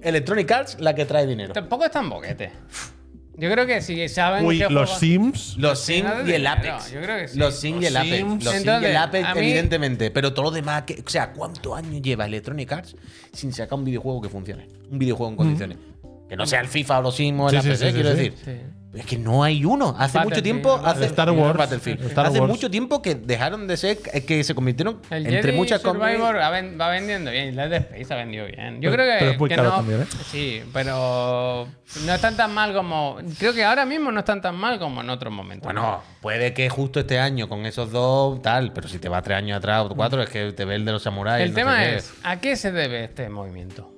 C: Electronic Arts la que trae dinero.
B: Tampoco es tan boquete. Yo creo que si saben
A: Uy,
B: qué
A: los
B: juego-
A: Sims.
C: Los
B: Sí,
C: Sims
B: no
C: y el
B: dinero,
C: Apex.
B: yo creo que sí.
C: Los Sims y el
A: Los
C: Apex.
A: Sims.
C: Los Sims y el
B: Entonces,
C: Apex,
B: a mí-
C: evidentemente. Pero todo lo demás. que- o sea, ¿cuántos años lleva Electronic Arts sin sacar un videojuego que funcione? Un videojuego en condiciones. Que no sea el FIFA o los Sims o el
A: Sí, sí,
C: APC,
A: sí, sí,
C: quiero
A: sí.
C: decir.
B: Sí.
C: Es que no hay uno. Hace mucho
B: Battlefield,
C: tiempo.
B: ¿no?
C: Hace,
A: Star Wars.
C: Battlefield.
A: Star
C: hace
A: Wars.
C: mucho tiempo que dejaron de ser. que se convirtieron
B: El
C: entre
B: Jedi
C: muchas compañías-
B: Survivor ha ven- va vendiendo bien. y La de Space ha vendido bien. Yo
A: Pero-
B: creo que.
A: pero es muy
B: que
A: caro
B: no-
A: también, ¿eh?
B: Sí, pero. No están tan mal como. Creo que ahora mismo no están tan mal como en otros momentos.
C: Bueno, puede que justo este año con esos dos, tal, pero si te vas tres años atrás o cuatro, es que te ve el de los
B: Mm.
C: samuráis.
B: el
C: no sé
B: tema
C: qué.
B: es: ¿a qué se debe este movimiento?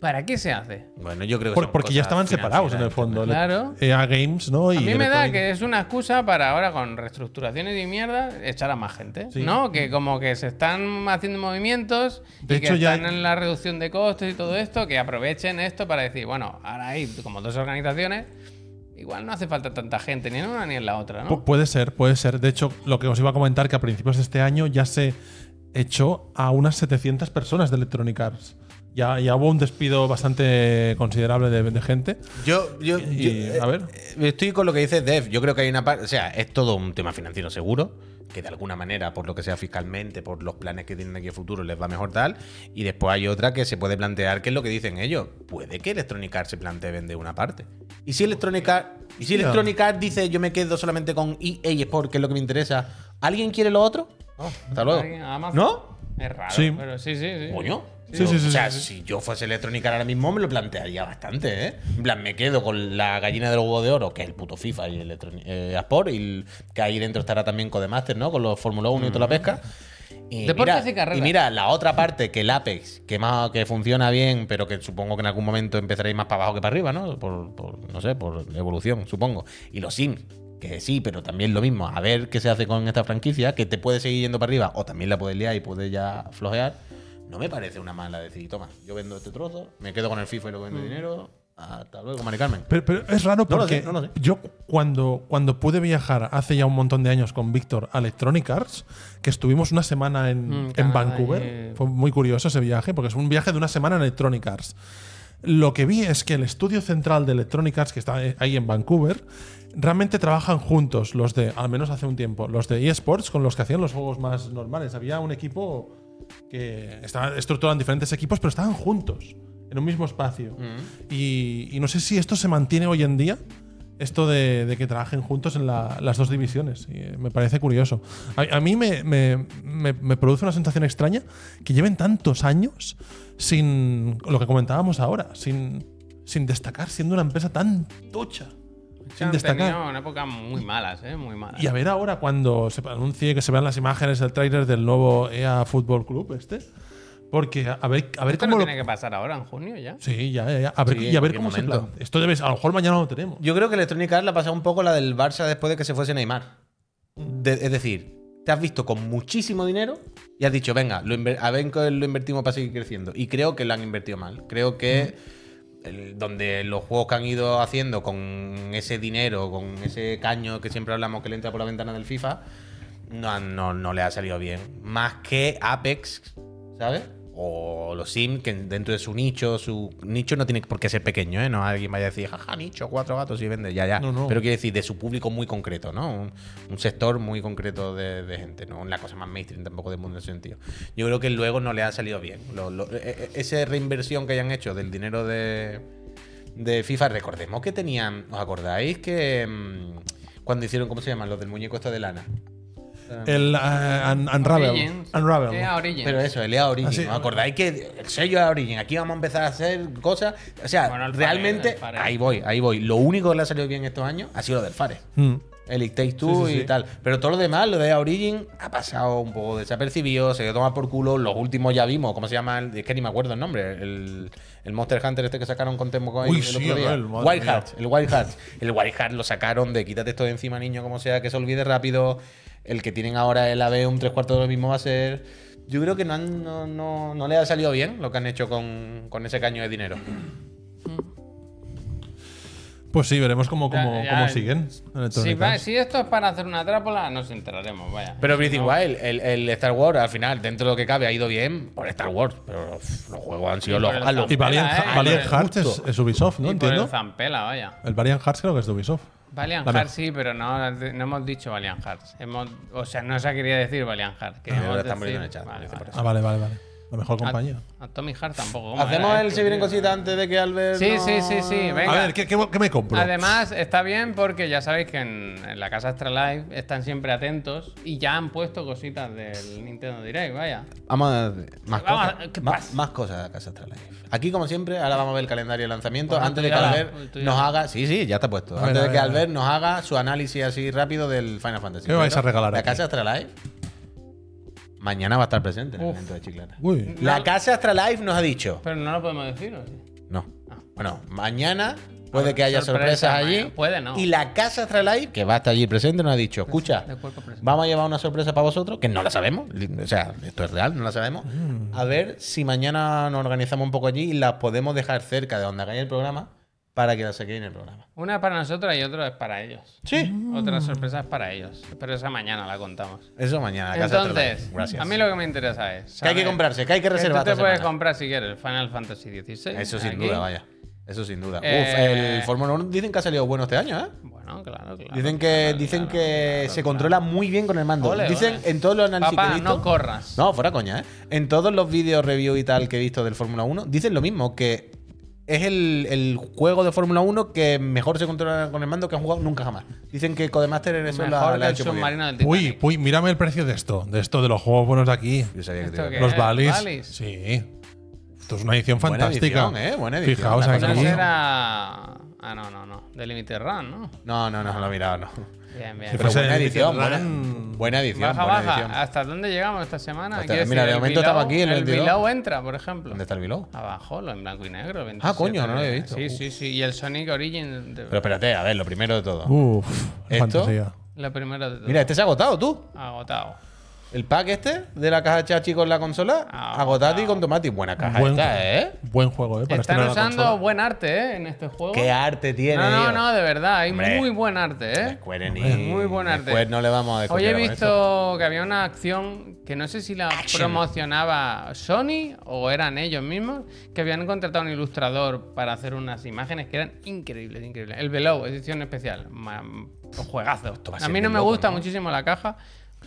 B: ¿Para qué se hace?
C: Bueno, yo creo que
A: Por-
C: son
A: porque ya
C: cosas
A: estaban separados en el
C: financieras.
A: fondo.
B: Claro.
A: EA Games, ¿no?
B: A mí me da que es una excusa para ahora con reestructuraciones y mierda echar a más gente,
A: Sí.
B: ¿no? Que como que se están haciendo movimientos
A: De
B: y que
A: hecho, ya-
B: están en la reducción de costes y todo esto, que aprovechen esto para decir, bueno, ahora hay como dos organizaciones, igual no hace falta tanta gente ni en una ni en la otra,
A: Pu-
B: ¿no?
A: puede ser, puede ser. De hecho, lo que os iba a comentar que a principios de este año ya se echó a unas 700 personas de Electronic Arts. Ya, ya hubo un despido bastante considerable de, de gente.
C: Yo, yo, yo-
A: Y,
C: eh,
A: a ver.
C: eh, Estoy con lo que dice Dev. Yo creo que hay una parte. O sea, es todo un tema financiero seguro. Que de alguna manera, por lo que sea fiscalmente, por los planes que tienen de aquí a futuro, les va mejor tal. Y después hay otra que se puede plantear, que es lo que dicen ellos. Puede que Electronic Arts se plantee vender una parte. ¿Y si Electronic Arts, y si
A: Ya.
C: Electronic Arts dice yo me quedo solamente con EA Sport, que es lo que me interesa? ¿Alguien quiere lo otro? No, hasta luego.
B: Oh, Alguien, Amazon.
C: ¿No?
B: Es raro,
A: Sí.
B: pero sí, sí, sí.
C: Coño.
A: Sí, sí, sí,
C: o sea,
A: sí,
C: si yo fuese electrónica ahora mismo me lo plantearía bastante, ¿eh? En plan, me quedo con la gallina del huevo de oro, que es el puto FIFA y el Electronic eh, Sport, y el- que ahí dentro estará también Codemaster, ¿no? Con los Fórmula 1 y toda la pesca. Y
B: Deportes
C: mira,
B: y carreras.
C: y mira, la otra parte, que el Apex, que más que funciona bien, pero que supongo que en algún momento empezaréis más para abajo que para arriba, ¿no? Por, por, no sé, por evolución, supongo. Y los Sims, que sí, pero también lo mismo. A ver qué se hace con esta franquicia, que te puede seguir yendo para arriba, o también la puedes liar y puedes ya flojear. No me parece una mala decir, toma, yo vendo este trozo, me quedo con el FIFA y lo
B: Mm.
C: vendo dinero. Hasta luego, Mari Carmen.
A: Pero, pero es raro
C: No lo
A: porque
C: sé, no lo sé.
A: yo cuando, cuando pude viajar hace ya un montón de años con Víctor a Electronic Arts, que estuvimos una semana en, en
B: Canadá
A: Vancouver,
B: y-
A: fue muy curioso ese viaje porque es un viaje de una semana en Electronic Arts. Lo que vi es que el estudio central de Electronic Arts, que está eh, ahí en Vancouver, realmente trabajan juntos los de, al menos hace un tiempo, los de eSports con los que hacían los juegos más normales. Había un equipo que estaban estructuraban diferentes equipos, pero estaban juntos, en un mismo espacio. Y, y no sé si esto se mantiene hoy en día, esto de, de que trabajen juntos en la- las dos divisiones. Y, eh, me parece curioso. A, a mí me, me- me- me produce una sensación extraña que lleven tantos años sin lo que comentábamos ahora, sin, sin destacar, siendo una empresa tan tocha. Sin
B: han
A: destacar.
B: tenido una época muy malas, ¿eh? Muy malas.
A: Y a ver ahora cuando se anuncie que se vean las imágenes del tráiler del nuevo EA Fútbol Club este. Porque a ver, a ver
B: Esto
A: cómo
B: no
A: lo-
B: tiene que pasar ahora, en junio ya.
A: Sí, ya, ya, ya. A ver,
C: Sí,
A: y a
C: en
A: ver
C: cualquier
A: cómo se
C: momento.
A: plantea. Esto debe ser- a lo mejor mañana no lo tenemos.
C: Yo creo que Electronic Arts la ha pasado un poco la del Barça después de que se fuese Neymar. De- es decir, te has visto con muchísimo dinero y has dicho, venga, lo inver- a ver en qué lo invertimos para seguir creciendo. Y creo que lo han invertido mal. Creo que el- donde los juegos que han ido haciendo con ese dinero, con ese caño que siempre hablamos que le entra por la ventana del FIFA, no, han- no, no le ha salido bien. Más que Apex, ¿sabes? O los Sims, que dentro de su nicho, su nicho no tiene por qué ser pequeño, ¿eh? No alguien vaya a decir, jaja, nicho, cuatro gatos y vende, ya, ya.
A: No, no.
C: Pero quiere decir, de su público muy concreto, ¿no? Un, un sector muy concreto de, de gente, ¿no? La cosa más mainstream tampoco del mundo en ese sentido. Yo creo que luego no le ha salido bien. Lo- lo- e- e- esa reinversión que hayan hecho del dinero de, de FIFA, recordemos que tenían, ¿os acordáis que mm, cuando hicieron, ¿cómo se llaman? Los del muñeco esto de lana.
A: El eh, un- Unravel.
B: Origins.
A: Unravel.
B: Eh, Origins.
C: Pero eso, el EA Origin.
A: Ah, sí.
C: ¿Os acordáis que el sello EA Origin? Aquí vamos a empezar a hacer cosas. O sea,
B: Bueno, el Fares,
C: realmente.
B: el Fares.
C: ahí voy, ahí voy. Lo único que le ha salido bien estos años ha sido lo del Fares.
A: Mm.
C: El It Takes Two
A: Sí, sí,
C: y
A: sí.
C: tal. Pero todo lo demás, lo de Origin, ha pasado un poco desapercibido, se quedó más por culo. Los últimos ya vimos, ¿cómo se llama? el- Es que ni me acuerdo el nombre. El, el Monster Hunter este que sacaron con Temo
A: Uy,
C: el,
A: sí,
C: otro día.
A: Abel, madre
C: Wild
A: mía.
C: Hearts, el Wild Hearts. El Wild Hearts lo sacaron de quítate esto de encima, niño, como sea, que se olvide rápido. El que tienen ahora el AB, un tres cuartos de lo mismo va a ser. Yo creo que no, han- no, no, no le ha salido bien lo que han hecho con, con ese caño de dinero.
A: Pues sí, veremos cómo,
B: Ya,
A: cómo,
B: ya,
A: cómo
B: eh.
A: siguen. en el
B: Si,
A: Electronic
B: va-
A: Arts.
B: si esto es para hacer una trápola, nos enteraremos, vaya.
C: Pero Breathing Wild, el, el Star Wars, al final, dentro de lo que cabe, ha ido bien por Star Wars. Pero uf, los juegos han sido
B: Y
C: los.
B: por el
C: a los-
A: Y Valiant,
B: Espera, eh,
A: Valiant
B: eh,
A: Hearts es,
C: justo.
A: es Ubisoft, ¿no?
B: Y por
A: Entiendo.
B: el Zampela, vaya.
A: El Valiant Hearts creo que es de Ubisoft.
B: Valiant
A: La me-
B: Hearts sí, pero no, no hemos dicho Valiant Hearts. Hemos, o sea, no se quería decir Valiant Hearts. queríamos
C: Ah, ahora están
B: decir-
C: poniendo en el chat,
B: Vale,
C: dice por
B: vale.
A: Ah, vale, vale, vale. La mejor compañía.
B: A, a Tommy Heart tampoco. ¿cómo
C: Hacemos
B: era
C: el
B: esto,
C: se vienen
B: tío?
C: cositas antes de que Albert.
B: Sí,
C: no-
B: sí, sí, sí. Venga.
A: A ver, ¿qué, qué, qué me compro?
B: Además, está bien porque ya sabéis que en, en la casa Astralife están siempre atentos y ya han puesto cositas del Nintendo Direct, vaya.
C: Vamos a más
B: Vamos a-
C: cosas.
B: ¿qué
C: Ma- más,
B: pasa?
C: cosas a Casa Astral Live. Aquí, como siempre, ahora vamos a ver el calendario de lanzamiento.
B: Bueno,
C: antes
B: tú
C: de que
B: ya la-
C: Albert
B: tú ya
C: nos
B: la-
C: haga. Sí, sí, ya está puesto.
A: A ver,
C: antes
A: a
C: de
A: ver,
C: que
A: a ver.
C: Albert nos haga su análisis así rápido del Final Fantasy.
A: ¿Qué me vais a regalar
C: La
A: aquí?
C: Casa Astral Live. Mañana va a estar presente en el
B: Uf.
C: evento de Chiclana.
A: Uy.
C: La Casa Astral Live nos ha dicho.
B: Pero no lo podemos decir, ¿o sí?
C: No. Bueno, mañana puede que haya
B: Ah. Sorpresa,
C: sorpresas allí.
B: mañana. Puede no. Pues
C: Y la casa Astralife, que va a estar allí presente, nos ha dicho, escucha,
B: de cuerpo presente.
C: vamos a llevar una sorpresa para vosotros, que no la sabemos. O sea, esto es real, no la sabemos.
B: Mm.
C: A ver si mañana nos organizamos un poco allí y la podemos dejar cerca de donde hagáis el programa para que la saquéis en el programa.
B: Una es para nosotros y otra es para ellos.
C: Sí.
B: Otra sorpresa es para ellos. Pero esa mañana la contamos.
C: Eso mañana, la casa
B: Entonces,
C: Astralife. Gracias.
B: a mí lo que me interesa es.
C: Que hay que
B: saber
C: comprarse, que hay que reservar.
B: tú te
C: esta
B: puedes
C: semana.
B: comprar si quieres el Final Fantasy XVI.
C: Eso sin
B: aquí.
C: duda, vaya. Eso sin duda.
B: Eh,
C: Uf, el Fórmula 1 dicen que ha salido bueno este año, ¿eh?
B: Bueno, claro, claro.
C: Dicen que,
B: claro,
C: dicen
B: claro,
C: que
B: claro,
C: se
B: claro.
C: controla muy bien con el mando.
B: Ole,
C: dicen
B: ole.
C: en todos los análisis que
B: Papá,
C: he visto.
B: no corras.
C: No, fuera coña, ¿eh? En todos los vídeos review y tal que he visto del Fórmula 1, dicen lo mismo, que es el, el juego de Fórmula 1 que mejor se controla con el mando que han jugado nunca jamás. Dicen que Codemaster en eso
B: Mejor
C: la,
B: que
C: la ha
B: el
C: hecho muy bien.
B: submarino del
A: Uy,
B: Titanic.
A: puy, mírame el precio de esto. De esto, de los juegos buenos de aquí.
C: Yo sabía que
B: ¿Esto
C: te iba a
B: qué?
C: decir.
A: Los
B: Eh,
A: Valis.
B: Valis.
A: Sí. Esto es una edición
C: Buena
A: fantástica.
C: edición, ¿eh? Buena edición.
A: Fijaos
C: La
A: aquí.
B: Una
C: cosa
B: será- Ah, no, no, no. De Limited Run, ¿no?
C: No, no, no, lo he mirado, no.
B: Bien, bien.
A: Si
C: Pero
A: fuese
C: buena
A: Limited
C: edición, buena,
A: Run-
C: buena edición,
B: baja,
C: buena
B: baja.
C: edición.
B: ¿Hasta dónde llegamos esta semana?
C: Hasta-
B: Quiero
C: mira,
B: decir,
C: de
B: el
C: momento estaba
B: Below-
C: aquí, el
B: El
C: 22.
B: Below entra, por ejemplo.
C: ¿Dónde está el below?
B: Abajo, lo en blanco y negro. el 27.
C: Ah, coño, no lo he visto.
B: Sí,
C: Uf.
B: sí, sí. Y el Sonic Origin, de-
C: Pero espérate, a ver, lo primero de todo.
A: Uf,
C: ¿Esto?
A: fantasía.
B: la primera de todo.
C: Mira, este se ha agotado, tú.
B: Agotado.
C: El pack este de la caja chachi con la consola,
B: Ah,
C: agotado y
B: wow.
C: con tomate. Buena caja
A: Buen,
C: esta, ¿eh?
A: buen juego, ¿eh?
B: Ah, Están
A: Para estrenar la
B: usando
A: consola.
B: buen arte, ¿eh? En este juego.
C: Qué arte tiene.
B: No, no,
C: tío.
B: no, de verdad. Hay
C: Hombre.
B: muy buen arte, ¿eh?
C: Square Enix.
B: Hombre, muy buen arte.
C: Después no le vamos a descubrir.
B: Hoy he visto que había una acción que no sé si la promocionaba Sony o eran ellos mismos, que habían contratado un ilustrador para hacer unas imágenes que eran increíbles, increíbles. El Below, edición especial. Ma- Un juegazo.
C: va a
B: A
C: ser
B: mí
C: de
B: no me
C: loco,
B: gusta
C: ¿no?
B: muchísimo la caja,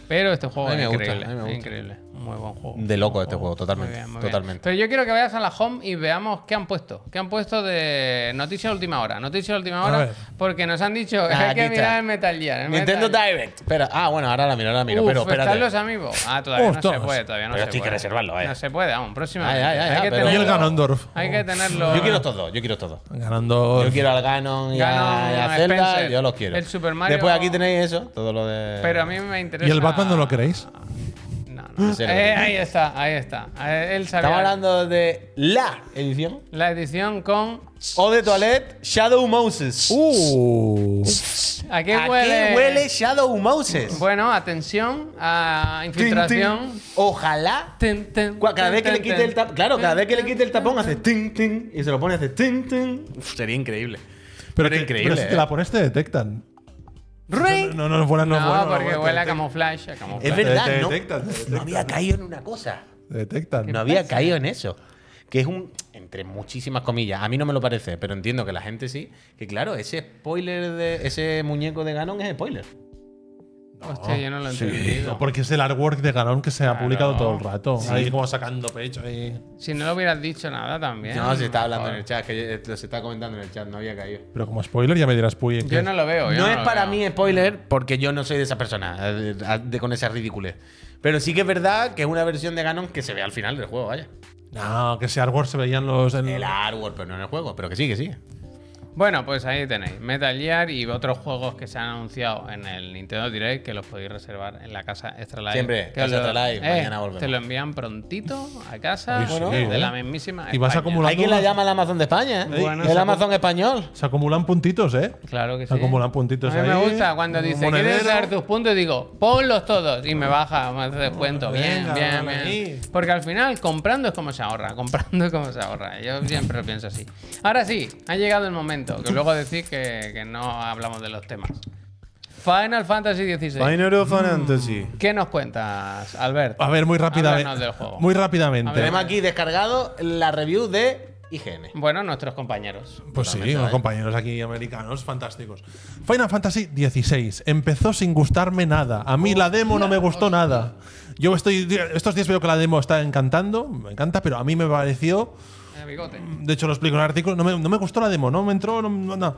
B: pero este juego
C: A mí
B: es
C: me gusta,
B: increíble.
C: a mí me
B: es
C: gusta.
B: increíble. Muy buen juego.
C: De loco este juego, totalmente.
B: Muy bien, muy bien.
C: totalmente.
B: Pero yo quiero que vayas a la home y veamos qué han puesto. ¿Qué han puesto de noticias de última hora? Noticias de última
A: A
B: hora.
A: ver.
B: Porque nos han dicho [laughs] que
C: Ah,
B: hay que
C: aquí está.
B: mirar el Metal Gear. el
C: Nintendo
B: Metal Gear.
C: Direct. Espera. Ah, bueno, ahora la miro, ahora la miro.
B: Uf,
C: pero espérate.
B: están los amigos. Ah, todavía no se
A: Ostras.
B: puede, todavía no se
C: Pero esto hay
B: puede.
C: que reservarlo, vaya.
B: No se puede, vamos, próximamente.
C: Ay, ay, ay,
B: hay,
C: ay,
B: que
C: pero-
A: Y el
B: tenerlo-
A: Ganondorf.
B: hay que tenerlo.
C: Yo quiero estos dos, yo quiero estos dos.
A: Ganondorf.
C: Yo quiero al Ganon y a-
B: Ganon,
C: y a, Zelda,
B: Spencer.
C: yo los quiero.
B: El Super Mario-
C: Después aquí tenéis eso, todo lo de.
B: Pero a mí me interesa.
A: ¿Y el Batman no lo queréis?
B: No, no.
C: Sí, lo
B: Eh,
C: queréis.
B: ahí está, ahí está. Eh, Él sabía.
C: Estamos hablando de la edición.
B: La edición con.
C: O de Toilette, Shadow Moses.
A: Uh.
B: ¿A qué
C: ¿A qué
B: huele?
C: huele Shadow Moses?
B: Bueno, atención a
C: Tin, tin.
B: infiltración.
C: Ojalá.
B: Tin, tin,
C: Cua- Cada
B: tin,
C: vez que le
B: tin,
C: quite
B: tin.
C: el tapón. Claro, cada
B: Tin,
C: vez que le
B: tin,
C: quite el
B: tin,
C: tapón
B: tin.
C: hace ting ting y se lo pone hace ting ting. Uf, Sería increíble.
A: Pero,
C: Pero
A: que-
C: increíble,
A: pero si te
C: ¿eh?
A: la pones, te detectan.
B: ¡Ring!
A: No, no, no es buena, no es buena.
B: No,
A: no es
B: porque
A: buena,
B: huele
A: te
B: a
A: detectan.
B: camuflaje. a camuflaje.
C: Es
A: Te-
C: verdad,
A: te
C: ¿no?
A: detectan, te
C: No había caído en una cosa.
A: Te detectan.
C: No había caído en eso. Que es un, entre muchísimas comillas, a mí no me lo parece, pero entiendo que la gente sí, que claro, ese spoiler de ese muñeco de Ganon es spoiler.
B: Hostia, yo no lo he entendido.
A: No, Porque es el artwork de Ganon que se ha
B: Claro.
A: publicado todo el rato. Ahí como sacando pecho. Ahí.
B: Si no lo hubieras dicho nada también.
C: No, se está hablando
B: Joder.
C: en el chat, que eh, se está comentando en el chat, no había caído.
A: Pero como spoiler, ya me dirás, Puy.
B: Yo no lo veo. yo
C: No es
B: lo
C: para
B: veo.
C: mí spoiler porque yo no soy de esa persona, eh, de- de- con esas ridiculez. Pero sí que es verdad que es una versión de Ganon que se ve al final del juego, vaya.
A: No, que ese artwork se veían los. en-
C: El artwork, pero no en el juego, pero que sí, que sí.
B: Bueno, pues ahí tenéis Metal Gear y otros juegos que se han anunciado en el Nintendo Direct que los podéis reservar en la casa Extra Live.
D: Siempre,
B: que
D: casa
B: os lo- eh,
D: Extra Live, mañana volvemos.
B: Te lo envían prontito a casa
A: Uy, sí,
B: bueno,
A: eh.
B: de la mismísima.
A: Y vas
B: España.
A: acumulando-
D: Hay quien la llama el Amazon de España, ¿eh?
B: Bueno,
D: el
B: saco-
D: Amazon español.
A: Se acumulan puntitos, ¿eh?
B: Claro que sí.
A: Se acumulan puntitos
B: A mí me
A: ahí,
B: gusta cuando dice,
A: un
B: ¿quieres
A: monedero".
B: saber tus puntos? Digo, ponlos todos y me baja, me hace descuento. Bien,
A: Venga,
B: bien,
A: vale.
B: bien. Porque al final, comprando es como se ahorra, comprando es como se ahorra. Yo siempre lo pienso así. Ahora sí, ha llegado el momento, que luego decís que, que no hablamos de los temas. Final Fantasy XVI.
C: Binary Fantasy.
B: ¿Qué nos cuentas, Albert?
A: A ver, muy
B: Háblanos del
A: rápidamente.
B: juego.
A: Muy rápidamente.
D: Tenemos aquí descargado la review de IGN.
B: Bueno, nuestros compañeros.
A: Pues sí,
D: Totalmente,
A: unos
D: ¿eh?
A: compañeros aquí americanos fantásticos. Final Fantasy XVI empezó sin gustarme nada. A mí la demo no me gustó nada. Yo estoy estos días veo que la demo está encantando, me encanta, pero a mí me pareció,
B: Eh, bigote.
A: de hecho lo explico en el artículo, no me, no me gustó la demo, no me entró, no, no- no.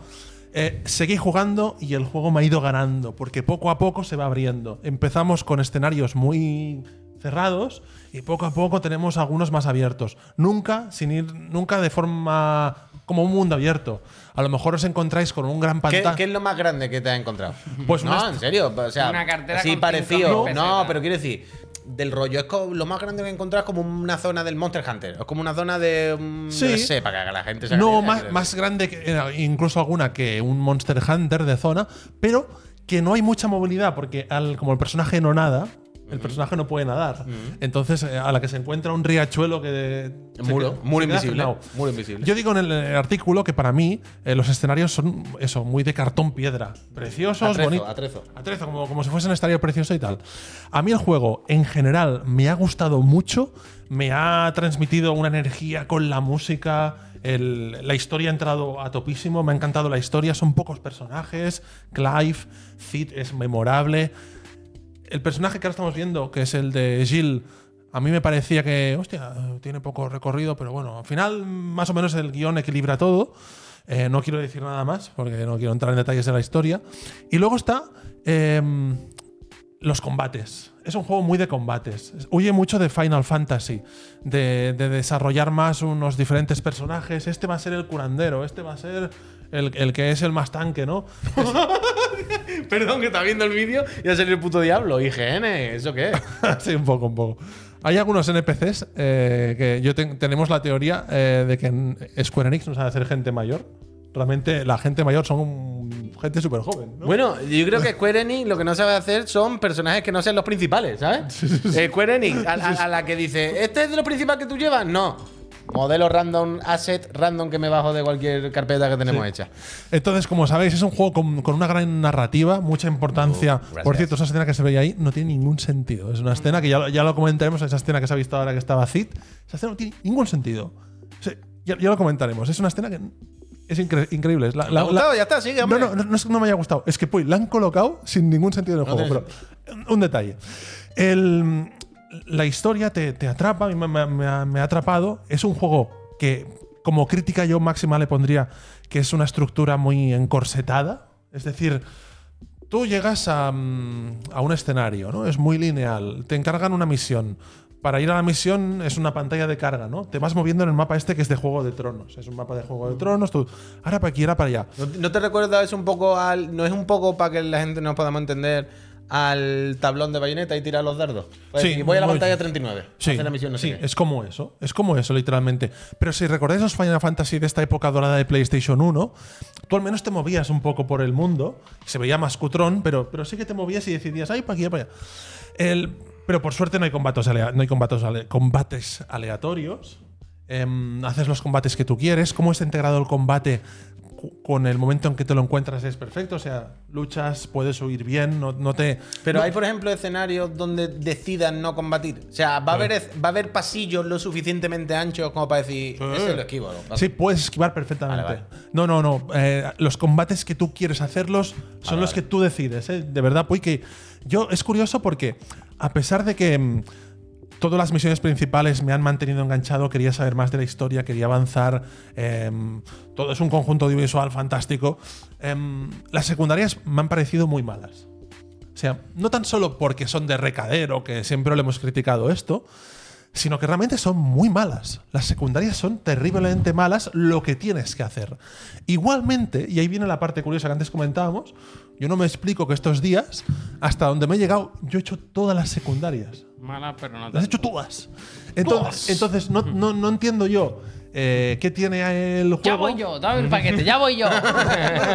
A: Eh, seguí jugando y el juego me ha ido ganando, porque poco a poco se va abriendo. Empezamos con escenarios muy cerrados y poco a poco tenemos algunos más abiertos. Nunca sin ir, nunca de forma como un mundo abierto. A lo mejor os encontráis con un gran
D: ¿Qué,
A: pantalla.
D: qué es lo más grande que te has encontrado?
A: Pues
D: no,
A: una-
D: en serio. O sea,
B: Una cartera
D: así
B: con
D: parecido.
B: 5.000
D: No,
B: pesetas.
D: pero quiero decir, del rollo. Es como, lo más grande que he encontrado es como una zona del Monster Hunter. Es como una zona de. mm,
A: Sí.
D: No sé, para que la gente se haga
A: No,
D: idea,
A: más,
D: quiero
A: más grande, que, eh, incluso alguna que un Monster Hunter de zona, pero que no hay mucha movilidad, porque al, como el personaje no nada, el personaje no puede nadar. Entonces, eh, a la que se encuentra un riachuelo que.
D: decir. Muro,
A: se queda-
D: muro
A: se queda
D: invisible.
A: frenado.
D: Muro [laughs] invisible.
A: Yo digo en el eh, artículo que para mí eh, los escenarios son eso, muy de cartón piedra. Preciosos,
D: Atrezo,
A: bonitos.
D: atrezo.
A: Atrezo, como, como si fuese un estadio precioso y tal. A mí el juego, en general, me ha gustado mucho. Me ha transmitido una energía con la música. el- la historia ha entrado a topísimo. Me ha encantado la historia. Son pocos personajes. Clive, Cid es memorable. El personaje que ahora estamos viendo, que es el de Jill, a mí me parecía que, hostia, tiene poco recorrido, pero bueno, al final más o menos el guión equilibra todo. Eh, no quiero decir nada más, porque no quiero entrar en detalles de la historia. Y luego está em, los combates. Es un juego muy de combates. Huye mucho de Final Fantasy, de, de desarrollar más unos diferentes personajes. Este va a ser el curandero, este va a ser el, el que es el más tanque, ¿no?
D: Perdón, que está viendo el vídeo y va a salir el puto diablo. IGN, ¿eso qué es?
A: [laughs] sí, un poco, un poco. Hay algunos NPCs eh, que yo ten- tenemos la teoría eh, de que en Square Enix no sabe hacer gente mayor. Realmente la gente mayor son gente súper joven. ¿no?
D: Bueno, yo creo que Square Enix lo que no sabe hacer son personajes que no sean los
A: [laughs]
D: principales, ¿sabes? Eh, Square Enix, a, a- a la que dice, ¿este es de los principales que tú llevas? No. Modelo random, asset random que me bajo de cualquier carpeta que tenemos hecha.
A: Entonces, como sabéis, es un juego con, con una gran narrativa, mucha importancia.
D: gracias.
A: Por cierto, esa escena que se veía ahí no tiene ningún sentido. Es una escena que ya, lo- ya lo comentaremos, esa escena que se ha visto ahora que estaba Cid. Esa escena no tiene ningún sentido. O sea, ya, ya lo comentaremos. Es una escena que es incre- increíble. Es la- la-
D: ha gustado,
A: la-
D: ya está, sigue,
A: No,
D: hombre.
A: No, no, no es que no me haya gustado. Es que pues, la han colocado sin ningún sentido en el juego. Pero un- un detalle. El- la historia te, te atrapa, a mí me, me- me ha, me ha atrapado. Es un juego que, como crítica, yo máxima le pondría que es una estructura muy encorsetada. Es decir, tú llegas a, mm, a un escenario, ¿no? Es muy lineal. Te encargan una misión. Para ir a la misión es una pantalla de carga, ¿no? Te vas moviendo en el mapa este que es de Juego de Tronos. Es un mapa de Juego de Tronos. Tú, ahora para aquí, ahora para allá.
D: ¿No, no te recuerda eso un poco al. No es un poco para que la gente nos podamos entender al tablón de bayoneta y tirar los dardos? Pues
A: Sí,
D: decir, voy a la
A: muy-
D: pantalla 39.
A: Sí,
D: hacer la misión, no sé
A: sí,
D: qué.
A: es como eso, es como eso literalmente. Pero si recordáis los Final Fantasy de esta época dorada de PlayStation 1, tú al menos te movías un poco por el mundo, se veía más cutrón, pero, pero sí que te movías y decidías, ay, para aquí, para allá. El- pero por suerte no hay combates, alea- no hay combates, ale- combates aleatorios. Em, haces los combates que tú quieres. Cómo está integrado el combate cu- con el momento en que te lo encuentras es perfecto. O sea, luchas, puedes huir bien, no, no te.
D: Pero hay, por ejemplo, escenarios donde decidan no combatir. O sea, va a haber, va a haber pasillos lo suficientemente anchos como para decir, ese lo esquivo. lo-
A: Sí, puedes esquivar perfectamente.
D: Vale,
A: No, no, no. Eh, los combates que tú quieres hacerlos son los que tú decides. ¿eh? De verdad, Puy, que yo es curioso porque a pesar de que mm, todas las misiones principales me han mantenido enganchado, quería saber más de la historia, quería avanzar, em, todo es un conjunto audiovisual fantástico, em, las secundarias me han parecido muy malas. O sea, no tan solo porque son de recadero, que siempre le hemos criticado esto, sino que realmente son muy malas. Las secundarias son terriblemente malas lo que tienes que hacer. Igualmente, y ahí viene la parte curiosa que antes comentábamos, yo no me explico que estos días, hasta donde me he llegado, yo he hecho todas las secundarias.
B: Mala, pero no
A: Las he
B: tanto.
A: hecho todas. Entonces, entonces no, no- no entiendo yo eh, qué tiene el juego.
B: Ya voy yo, dame el paquete, ya
A: [laughs]
B: voy yo.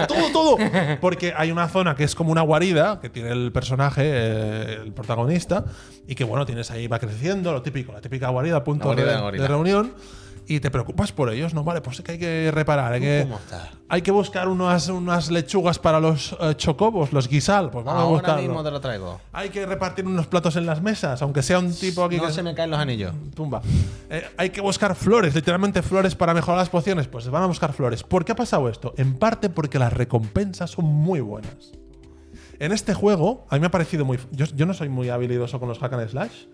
A: todo, todo. Porque hay una zona que es como una guarida que tiene el personaje, eh, el protagonista, y que bueno, tienes ahí, va creciendo, lo típico, la típica guarida, punto
C: guarida
A: de,
C: de gorila.
A: de reunión. Y te preocupas por ellos, ¿no? Vale, pues es que hay que reparar, hay que,
D: cómo estás?
A: hay que buscar unas, unas lechugas para los eh, chocobos, los guisal, pues vamos a
D: Ahora
A: buscarlo.
D: mismo te lo traigo.
A: Hay que repartir unos platos en las mesas, aunque sea un tipo aquí
D: No
A: que
D: se me caen los anillos.
A: tumba. Eh, hay que buscar flores, literalmente flores para mejorar las pociones. Pues van a buscar flores. ¿Por qué ha pasado esto? En parte porque las recompensas son muy buenas. En este juego, a mí me ha parecido muy. Yo, yo no soy muy habilidoso con los hack and slash.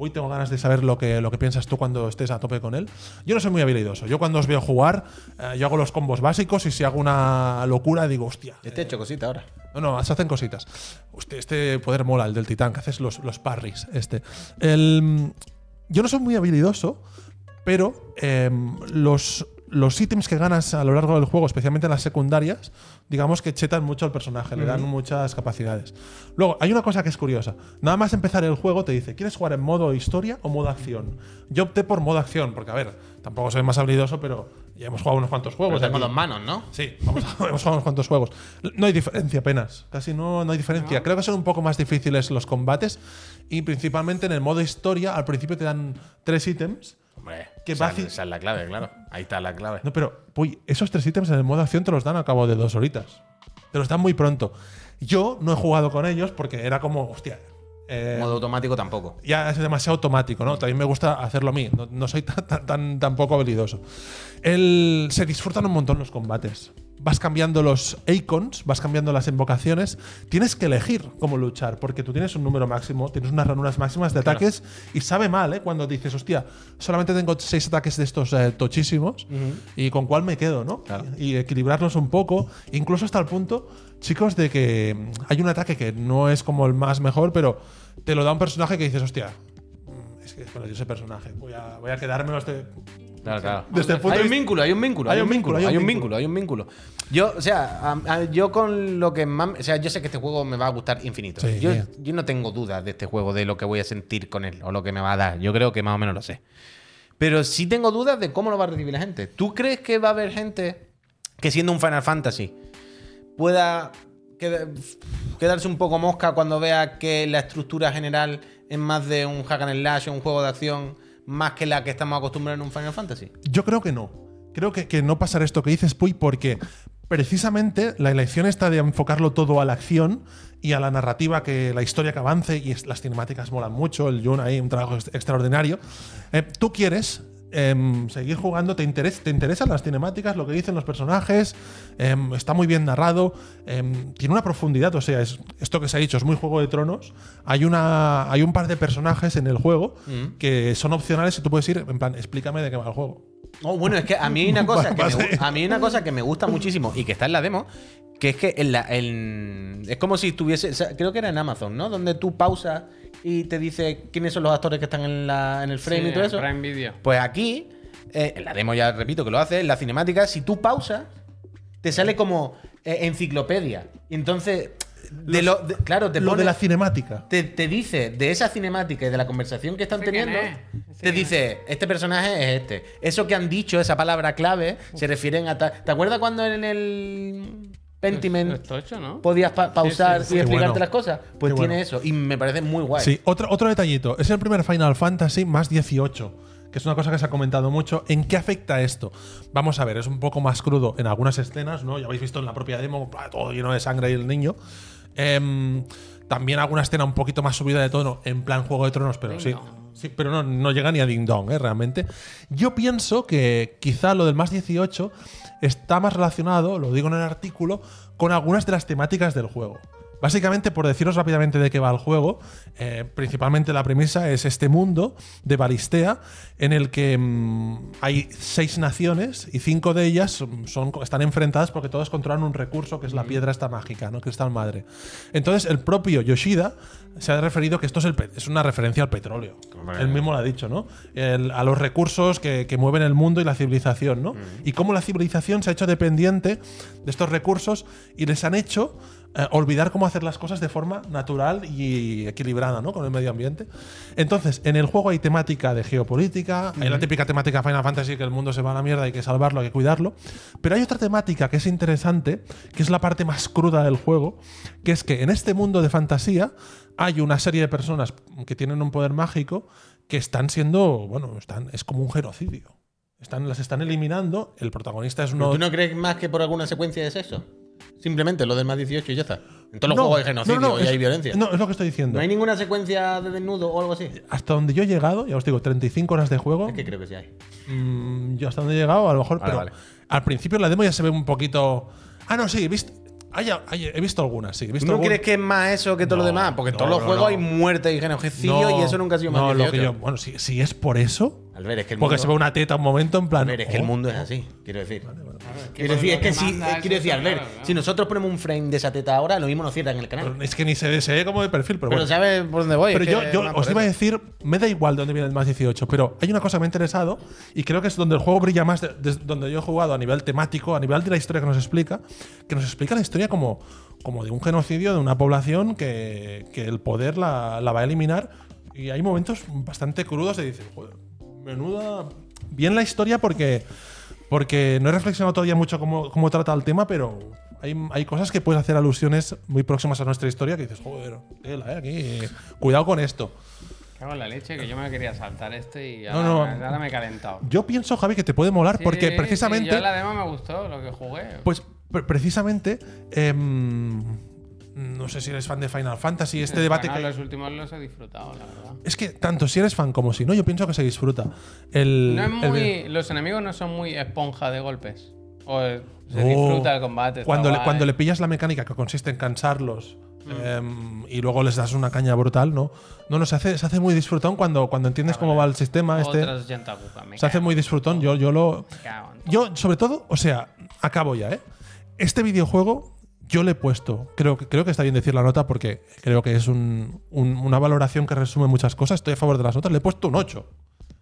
A: Hoy tengo ganas de saber lo que, lo que piensas tú cuando estés a tope con él. Yo no soy muy habilidoso. Yo cuando os veo jugar, eh, yo hago los combos básicos y si hago una locura digo, hostia.
D: Este he hecho cosita ahora.
A: No, no, se hacen cositas. Usted, este poder mola, el del titán, que haces los, los parries. Este. El, mm, yo no soy muy habilidoso, pero em, los, los ítems que ganas a lo largo del juego, especialmente en las secundarias, digamos que chetan mucho al personaje, le dan muchas capacidades. Luego, hay una cosa que es curiosa. Nada más empezar el juego te dice, ¿quieres jugar en modo historia o modo acción? Yo opté por modo acción, porque a ver, tampoco soy más habilidoso, pero ya hemos jugado unos cuantos
D: Pero
A: juegos.
D: tengo
A: Pues aquí.
D: dos manos, ¿no?
A: Sí, vamos a, [laughs] hemos jugado unos cuantos juegos. No hay diferencia apenas. Casi no, no hay diferencia. Creo que son un poco más difíciles los combates. Y principalmente en el modo historia, al principio te dan tres ítems.
D: Hombre,
A: Qué
D: esa,
A: fácil.
D: esa es la clave, claro. Ahí está la clave.
A: No, pero, uy, esos tres ítems en el modo acción te los dan a cabo de dos horitas. Te los dan muy pronto. Yo no he jugado con ellos porque era como, hostia. eh,
D: Modo automático tampoco.
A: ya es demasiado automático, ¿no? También me gusta hacerlo a mí, no, no soy tan, tan, tan- tan poco habilidoso. El- se disfrutan un montón los combates. Vas cambiando los icons, vas cambiando las invocaciones. Tienes que elegir cómo luchar, porque tú tienes un número máximo, tienes unas ranuras máximas de ataques y sabe mal, ¿eh? Cuando dices, hostia, solamente tengo seis ataques de estos eh, tochísimos y con cuál me quedo, ¿no? Y equilibrarlos un poco, incluso hasta el punto, chicos, de que mm, hay un ataque que no es como el más mejor, pero te lo da un personaje que dices, hostia, mm, es que bueno, yo ese personaje, voy a, voy a quedármelo este.
D: Claro, claro.
A: Desde el punto
D: hay
A: de
D: un
A: vista-
D: vínculo, hay un vínculo, hay un vínculo, hay un vínculo, hay un vínculo. Yo, o sea, a- a- yo con lo que más, o sea, yo sé que este juego me va a gustar infinito.
A: Sí.
D: yo, yo no tengo dudas de este juego, de lo que voy a sentir con él o lo que me va a dar. Yo creo que más o menos lo sé. Pero sí tengo dudas de cómo lo va a recibir la gente. ¿Tú crees que va a haber gente que siendo un Final Fantasy pueda queda- quedarse un poco mosca cuando vea que la estructura general es más de un hack and slash o un juego de acción más que la que estamos acostumbrados en un Final Fantasy?
A: Yo creo que no. Creo que, que no pasará esto que dices, Puy, porque precisamente la elección está de enfocarlo todo a la acción y a la narrativa, que la historia que avance y es- las cinemáticas molan mucho, el Jun ahí, un trabajo ex- extraordinario. Eh, Tú quieres em, seguir jugando, te, interes- te interesan las cinemáticas, lo que dicen los personajes, em, está muy bien narrado, em, tiene una profundidad, o sea, es- esto que se ha dicho es muy Juego de Tronos, hay, una, hay un par de personajes en el juego que son opcionales y tú puedes ir, en plan, explícame de qué va el juego.
D: Oh, bueno, es que a mí
A: [laughs]
D: hay una cosa que me,
A: Vas ahí.
D: gu- a mí hay una cosa que me gusta muchísimo y que está en la demo, que es que en la, en- es como si estuviese, o sea, creo que era en Amazon, ¿no? Donde tú pausas y te dice quiénes son los actores que están en, la, en el frame
B: Sí,
D: y todo eso.
B: Prime Video.
D: Pues aquí, eh, en la demo ya repito que lo hace, en la cinemática, si tú pausas, te sale como eh, enciclopedia. Y entonces, de lo, de- claro, te
A: lo
D: pone-
A: de la cinemática.
D: te, te dice de esa cinemática y de la conversación que están
B: Ese
D: teniendo,
B: quién es, ese
D: te
B: quién
D: dice, este personaje es este. Eso que han dicho, esa palabra clave, se refieren a... ta- ¿Te acuerdas cuando en el
B: Esto-
D: Pentiment
B: esto ocho, ¿no?
D: podías pa- pausar
A: sí.
D: y
A: Qué
D: explicarte
A: bueno.
D: las cosas? Pues
A: Qué
D: tiene
A: bueno.
D: eso y me parece muy guay.
A: Sí, otro, otro detallito. Es el primer Final Fantasy más 18, que es una cosa que se ha comentado mucho. ¿En qué afecta esto? Vamos a ver, es un poco más crudo en algunas escenas, ¿no? Ya habéis visto en la propia demo, ¡buah! todo lleno de sangre y el niño. Em, también alguna escena un poquito más subida de tono, en plan Juego de Tronos, pero sí. Sí, pero no, no llega ni a Ding Dong, ¿eh? realmente. Yo pienso que quizá lo del más 18 está más relacionado, lo digo en el artículo, con algunas de las temáticas del juego. Básicamente, por deciros rápidamente de qué va el juego, eh, principalmente la premisa es este mundo de Balistea en el que mm, hay seis naciones y cinco de ellas son- son- están enfrentadas porque todas controlan un recurso que es la piedra esta mágica, ¿no? Cristal madre. Entonces, el propio Yoshida se ha referido que esto es, el pe- es una referencia al petróleo. Él mismo lo ha dicho, ¿no? El- a los recursos que, que mueven el mundo y la civilización, ¿no? Y cómo la civilización se ha hecho dependiente de estos recursos y les han hecho eh, olvidar cómo hacer las cosas de forma natural y equilibrada, ¿no? Con el medio ambiente. Entonces, en el juego hay temática de geopolítica, hay la típica temática Final Fantasy que el mundo se va a la mierda, hay que salvarlo, hay que cuidarlo. Pero hay otra temática que es interesante, que es la parte más cruda del juego, que es que en este mundo de fantasía hay una serie de personas que tienen un poder mágico que están siendo, bueno, están, es como un genocidio. Están, las están eliminando, el protagonista es uno...
D: ¿Tú no crees más que por alguna secuencia de sexo? Simplemente lo del más 18 y ya está. En todos los
A: No,
D: juegos hay genocidio
A: no, no,
D: y
A: es-
D: hay violencia. No,
A: No, es lo que estoy diciendo.
D: hay ninguna secuencia de desnudo o algo así.
A: hasta donde yo he llegado, ya os digo, 35 horas de juego.
D: Es que creo que sí hay.
A: mm, yo hasta donde he llegado, a lo mejor,
C: Vale,
A: pero
C: vale.
A: al principio la demo ya se ve un poquito. Ah, no, sí, he visto. hay- hay- he visto algunas, sí. He
C: ¿Tú
A: visto
C: no
A: algún-
C: crees que es más eso que todo
A: No,
C: lo demás? Porque en
A: no,
C: todos los
A: no,
C: juegos
A: no.
C: hay muerte y genocidio
A: No,
C: y eso nunca ha sido más
A: no, lo que
C: 18.
A: yo- Bueno, si, si es por eso.
D: Al ver, es que el
A: Porque
D: mundo,
A: se ve una teta un momento en plan.
D: Albert, es que el
A: oh,
D: mundo es así, quiero decir.
B: Claro,
D: Quiero decir, es
B: lo
D: que sí,
B: manda
D: eh, quiero
B: eso
D: decir,
B: está
D: al ver,
B: claro, claro.
D: si nosotros ponemos un frame de esa teta ahora, lo mismo nos cierran el canal.
A: pero Es que ni se ve, se ve como de perfil, pero,
D: Pero
A: bueno.
D: ¿sabes por dónde voy?
A: Pero
D: Es
A: yo,
D: que
A: yo
D: una
A: os
D: por
A: iba a
D: otra.
A: decir, me da igual de dónde viene el más 18, pero hay una cosa que me ha interesado y creo que es donde el juego brilla más, de- desde donde yo he jugado a nivel temático, a nivel de la historia que nos explica, que nos explica la historia como, como de un genocidio de una población que, que el poder la, la va a eliminar. Y hay momentos bastante crudos de decir, joder, menuda. Bien la historia porque, porque no he reflexionado todavía mucho cómo, cómo trata el tema, pero. Hay, hay cosas que puedes hacer alusiones muy próximas a nuestra historia que dices, joder, tela, eh, aquí, cuidado con esto.
B: Cago en la leche, que yo me quería saltar este y
A: No,
B: ahora,
A: no.
B: me- ahora me he calentado.
A: Yo pienso, Javi, que te puede molar
B: Sí,
A: porque
B: sí,
A: precisamente.
B: yo la demo me gustó, lo que jugué.
A: Pues pre- precisamente. em, no sé si eres fan de Final Fantasy. Este debate
B: Bueno,
A: que.
B: los últimos los he disfrutado, la verdad.
A: Es que tanto si eres fan como si no, yo pienso que se disfruta. El,
B: No es
A: el-
B: muy, los enemigos no son muy esponja de golpes. O eh, se
A: No.
B: disfruta el combate. está
A: Oh, Cuando le,
B: guay. Mm.
A: cuando le pillas la mecánica que consiste en cansarlos em, y luego les das una caña brutal, ¿no? No, no, se hace, se hace muy disfrutón cuando, cuando entiendes
B: Ah,
A: cómo va el sistema. Este,
B: Otros 80 cuca, me
A: se hace
B: cago,
A: muy disfrutón. Yo, yo lo.
B: me cago en todo.
A: Yo, sobre todo, o sea, acabo ya, ¿eh? Este videojuego yo le he puesto, creo, que- creo que está bien decir la nota porque creo que es un- un- una valoración que resume muchas cosas. Estoy a favor de las notas, le he puesto un 8.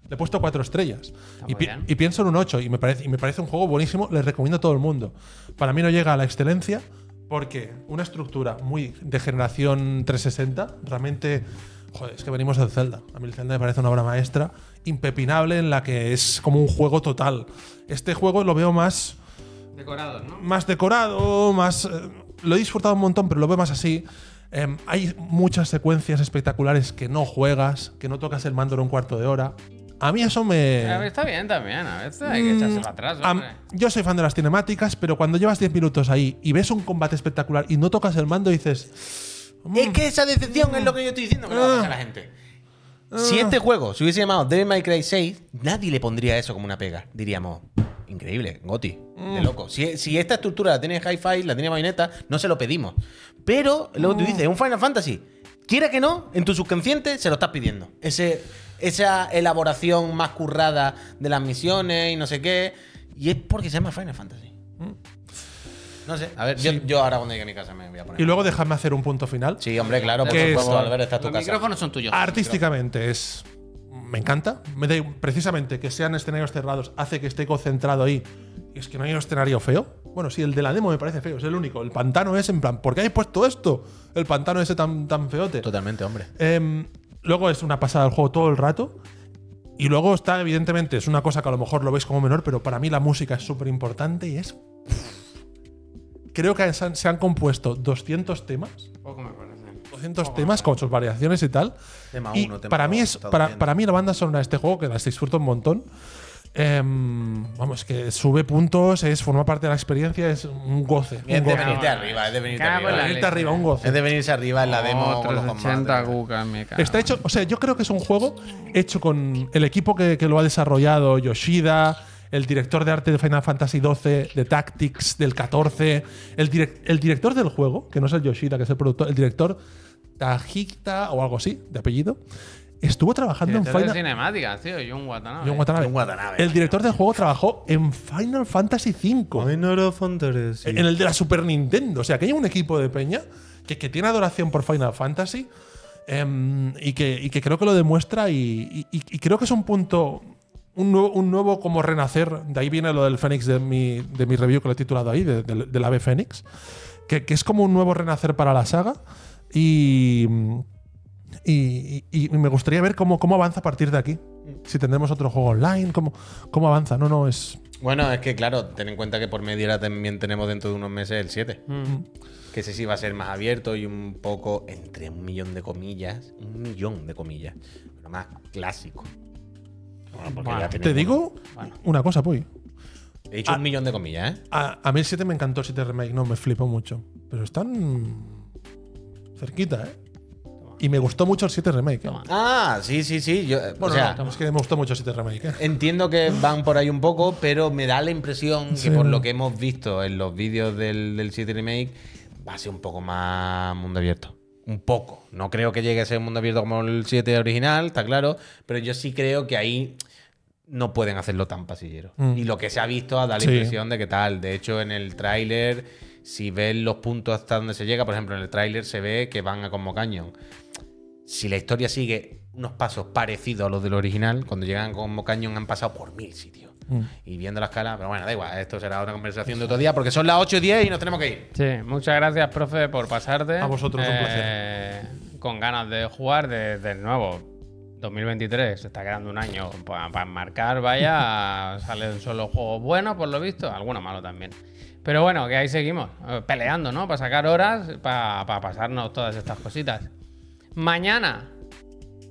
A: Le he puesto cuatro estrellas. Y,
B: muy
A: pi-
B: bien.
A: y pienso en un 8 y me, parece, y me parece un juego buenísimo, le recomiendo a todo el mundo. Para mí no llega a la excelencia porque una estructura muy de generación 360, realmente, joder, es que venimos del Zelda. A mí el Zelda me parece una obra maestra impepinable en la que es como un juego total. Este juego lo veo más
B: Decorados, ¿no?
A: más decorado, más. eh, lo he disfrutado un montón, pero lo veo más así. Em, hay muchas secuencias espectaculares que no juegas, que no tocas el mando en un cuarto de hora. A mí eso me.
B: A ver, está bien también, a veces hay que echarse para atrás,
A: Eh, mm, Am-
B: hombre.
A: yo soy fan de las cinemáticas, pero cuando llevas 10 minutos ahí y ves un combate espectacular y no tocas el mando, dices. Mm.
D: Es que esa decepción es lo que yo estoy diciendo que le va a pasar a la gente. Si este juego se hubiese llamado Devil May Cry 6, nadie le pondría eso como una pega. Diríamos, increíble, Goti, de loco. Si, si esta estructura la tiene Hi-Fi, la tiene Bayonetta, no se lo pedimos. Pero lo que tú dices, es un Final Fantasy. Quiera que no, en tu subconsciente se lo estás pidiendo. Ese, esa elaboración más currada de las misiones y no sé qué. Y es porque se llama Final Fantasy. No sé. A ver, yo, yo ahora cuando llegue a mi casa me voy a poner.
A: "Mm", Y luego déjame hacer un punto final.
D: Sí, hombre, claro, por
A: ¿Qué
D: supuesto,
A: es?
D: Albert, está tu
B: Los
D: casa.
B: micrófonos son tuyos.
A: Artísticamente es. Me encanta. Me da ig- precisamente que sean escenarios cerrados hace que esté concentrado ahí. Y es que no hay un escenario feo. Bueno, sí, el de la demo me parece feo, es el único. El pantano es en plan, ¿por qué habéis puesto esto? El pantano ese tan, tan feote.
D: Totalmente, hombre.
A: Em, luego es una pasada el juego todo el rato. Y luego está, evidentemente, es una cosa que a lo mejor lo veis como menor, pero para mí la música es súper importante y es. Creo que se han- se han compuesto 200 temas.
B: Poco me parece.
A: 200 temas con sus variaciones y tal.
C: Tema
A: Y
C: uno, tema
A: para mí
C: dos,
A: es
C: está
A: para,
C: durmiendo.
A: para mí la banda sonora de este juego que las disfruto un montón. em, vamos, que sube puntos, es forma parte de la experiencia, es un goce. Un
D: Es de
A: goce.
D: venirte arriba, es de venirte
B: Cago en
D: arriba.
B: la
A: Venirte arriba, un goce.
D: Es de venirse arriba en la demo. con
B: Otros
D: los combates.
B: 80 cucas, me cago.
A: Está hecho, o sea, yo creo que es un juego hecho con el equipo que, que lo ha desarrollado, Yoshida, el director de arte de Final Fantasy XII, de Tactics, del 14, el, direc- el director del juego, que no es el Yoshida, que es el productor, el director Tajikta o algo así, de apellido, estuvo trabajando en
B: Director de
A: Final
B: cinemáticas, tío. John Watanabe.
A: John Watanabe.
C: John Watanabe.
A: El director del juego trabajó en Final Fantasy V. En el de la Super Nintendo. O sea, que hay un equipo de peña que, que tiene adoración por Final Fantasy em, y, que, y que creo que lo demuestra y, y- y creo que es un punto, un nuevo, un nuevo como renacer. De ahí viene lo del Fénix de mi, de mi review que lo he titulado ahí, de- del del ave Fénix, que, que es como un nuevo renacer para la saga y... Y, y- y me gustaría ver cómo, cómo avanza a partir de aquí. Si tendremos otro juego online, cómo, cómo avanza. No, no, es,
D: Bueno, es que claro, ten en cuenta que por medio ahora también tenemos dentro de unos meses el 7.
A: Mm.
D: Que ese sí va a ser más abierto y un poco, entre un millón de comillas, un millón de comillas, pero más clásico. Bueno, porque
B: Bueno,
D: ya
A: Te
D: tenemos-
A: digo Ah. una cosa, Puy.
D: He dicho un millón de comillas, ¿eh?
A: A, a mí el 7 me encantó el 7 Remake, no, me flipó mucho. Pero están cerquita, ¿eh? Y me gustó mucho el 7 Remake. ¿eh?
D: Ah, sí, sí, sí. Yo,
A: Bueno,
D: o sea,
A: no, es que me gustó mucho el 7 Remake. ¿eh?
D: Entiendo que van por ahí un poco, pero me da la impresión que
A: Sí.
D: por lo que hemos visto en los vídeos del, del 7 Remake, va a ser un poco más mundo abierto. Un poco. No creo que llegue a ser un mundo abierto como el 7 original, está claro, pero yo sí creo que ahí no pueden hacerlo tan pasillero.
A: Mm.
D: Y lo que se ha visto da la
A: Sí.
D: impresión de que tal. De hecho, en el tráiler, si ves los puntos hasta donde se llega, por ejemplo, en el tráiler se ve que van a como cañón si la historia sigue unos pasos parecidos a los del original, cuando llegan como cañón han pasado por mil sitios.
A: Mm.
D: Y viendo la escala, pero bueno, da igual, esto será una conversación de otro día porque son las 8 y 10 y nos tenemos que ir.
B: Sí, muchas gracias, profe, por pasarte.
A: A vosotros, un
B: placer. Con ganas de jugar desde de nuevo. 2023, se está quedando un año para marcar, vaya. [laughs] salen solo juegos buenos, por lo visto, algunos malos también. Pero bueno, que ahí seguimos, eh, peleando, ¿no? Para sacar horas, para pasarnos todas estas cositas. Mañana,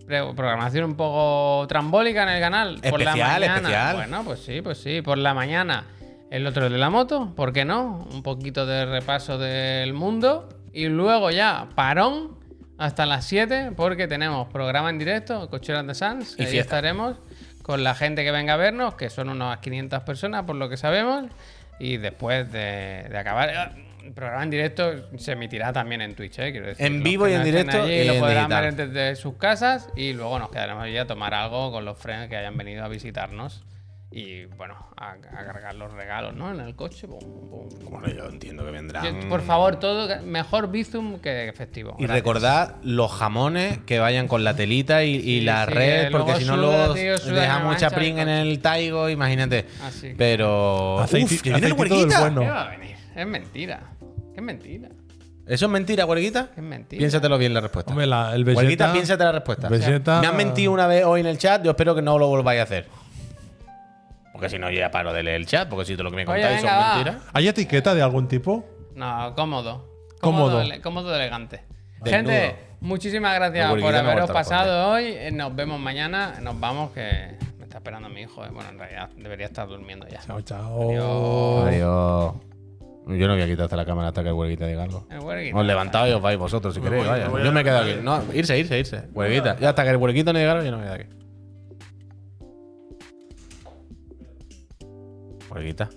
B: pre- programación un poco trambólica en el canal. por la
D: Especial,
B: mañana.
D: especial.
B: Bueno, pues sí, pues sí. Por la mañana, el otro de la moto, ¿por qué no? Un poquito de repaso del mundo. Y luego ya, parón hasta las 7, porque tenemos programa en directo, Cocheras de Sans.
D: Y
B: ahí
D: fiesta.
B: estaremos con la gente que venga a vernos, que son unas 500 personas, por lo que sabemos. Y después de, de acabar. eh, El programa en directo se emitirá también en Twitch, ¿eh? Quiero decir,
D: En
B: los
D: vivo
B: que
D: y
B: no
D: en
B: estén
D: directo
B: allí
D: y
B: lo
D: en
B: podrán
D: digital.
B: ver desde sus casas y luego nos quedaremos allí a tomar algo con los friends que hayan venido a visitarnos y bueno, a, a cargar los regalos, ¿no? En el coche. pum, pum, pum.
D: Bueno, yo entiendo que vendrán.
B: Yo, Por favor, todo mejor Bizum que festivo.
D: Ah, mm. Y
B: Gracias.
D: recordad los jamones que vayan con la telita y, y
B: Sí,
D: la
B: sí,
D: red,
B: que
D: porque
B: luego
D: si no
B: suda,
D: los
B: tío, suda,
D: deja
B: me
D: mucha
B: mancha el
D: prin en
B: coche.
D: el taigo, imagínate.
B: Así que-
D: Pero.
A: Aceiti-
D: Uf, que viene el
A: aceitito del
D: huerguita.
A: bueno.
B: ¿Qué va a venir? Es mentira. Es mentira.
D: ¿Eso es mentira, huerguita?
B: Es mentira.
D: Piénsatelo bien la respuesta.
A: Hombre, la- el
D: Huelguita,
A: Vegeta,
D: piénsate la respuesta.
A: Vegeta-
D: Me han mentido una vez hoy en el chat, yo espero que no lo volváis a hacer. Porque si no, yo ya paro de leer el chat, porque si todo lo que me
B: Oye,
D: contáis
B: venga, va.
D: son mentiras.
A: ¿Hay etiqueta de algún tipo?
B: No, cómodo.
A: Cómodo.
B: ele- cómodo elegante.
D: Desnudo.
B: Gente, muchísimas gracias
D: No, porque
B: por
D: yo no
B: haberos
D: aguanto la
B: pasado hoy. Eh, Nos vemos mañana. Nos vamos, que me está esperando mi hijo. eh. Bueno, en realidad debería estar durmiendo ya.
A: Chao, chao.
D: Adiós. Yo no voy a quitar hasta la cámara hasta que el huelguita diga algo.
B: El huerguita.
D: Os levantáis y os vais vosotros si queréis.
A: voy,
D: vaya.
A: me voy a-
D: Yo me quedo aquí. No, irse, irse, irse. Huelguita. Ya hasta que el huelguito no llegara, yo no me quedo aquí. Huelguita.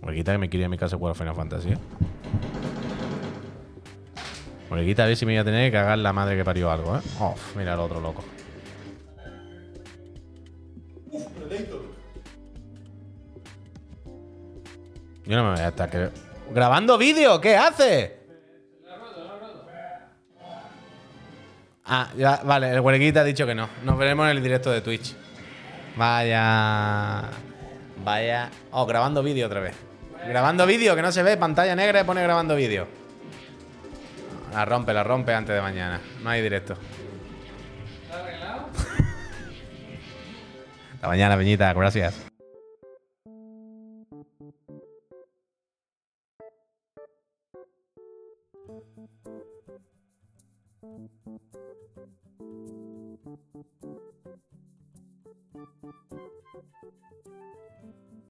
D: Huelguita que me quiere ir a mi casa a jugar a Final Fantasy. ¿eh? Huelguita, a ver si me voy a tener que cagar la madre que parió algo, ¿eh? Oh, mira el otro loco. Yo no me voy a estar que- grabando vídeo, ¿qué hace? Ah, ya, vale, el huelguita ha dicho que no. Nos veremos en el directo de Twitch. Vaya. Vaya. Oh, grabando vídeo otra vez. Grabando vídeo, que no se ve, pantalla negra y pone grabando vídeo. La rompe, la rompe antes de mañana. No hay directo. [laughs] Hasta mañana, Peñita, gracias.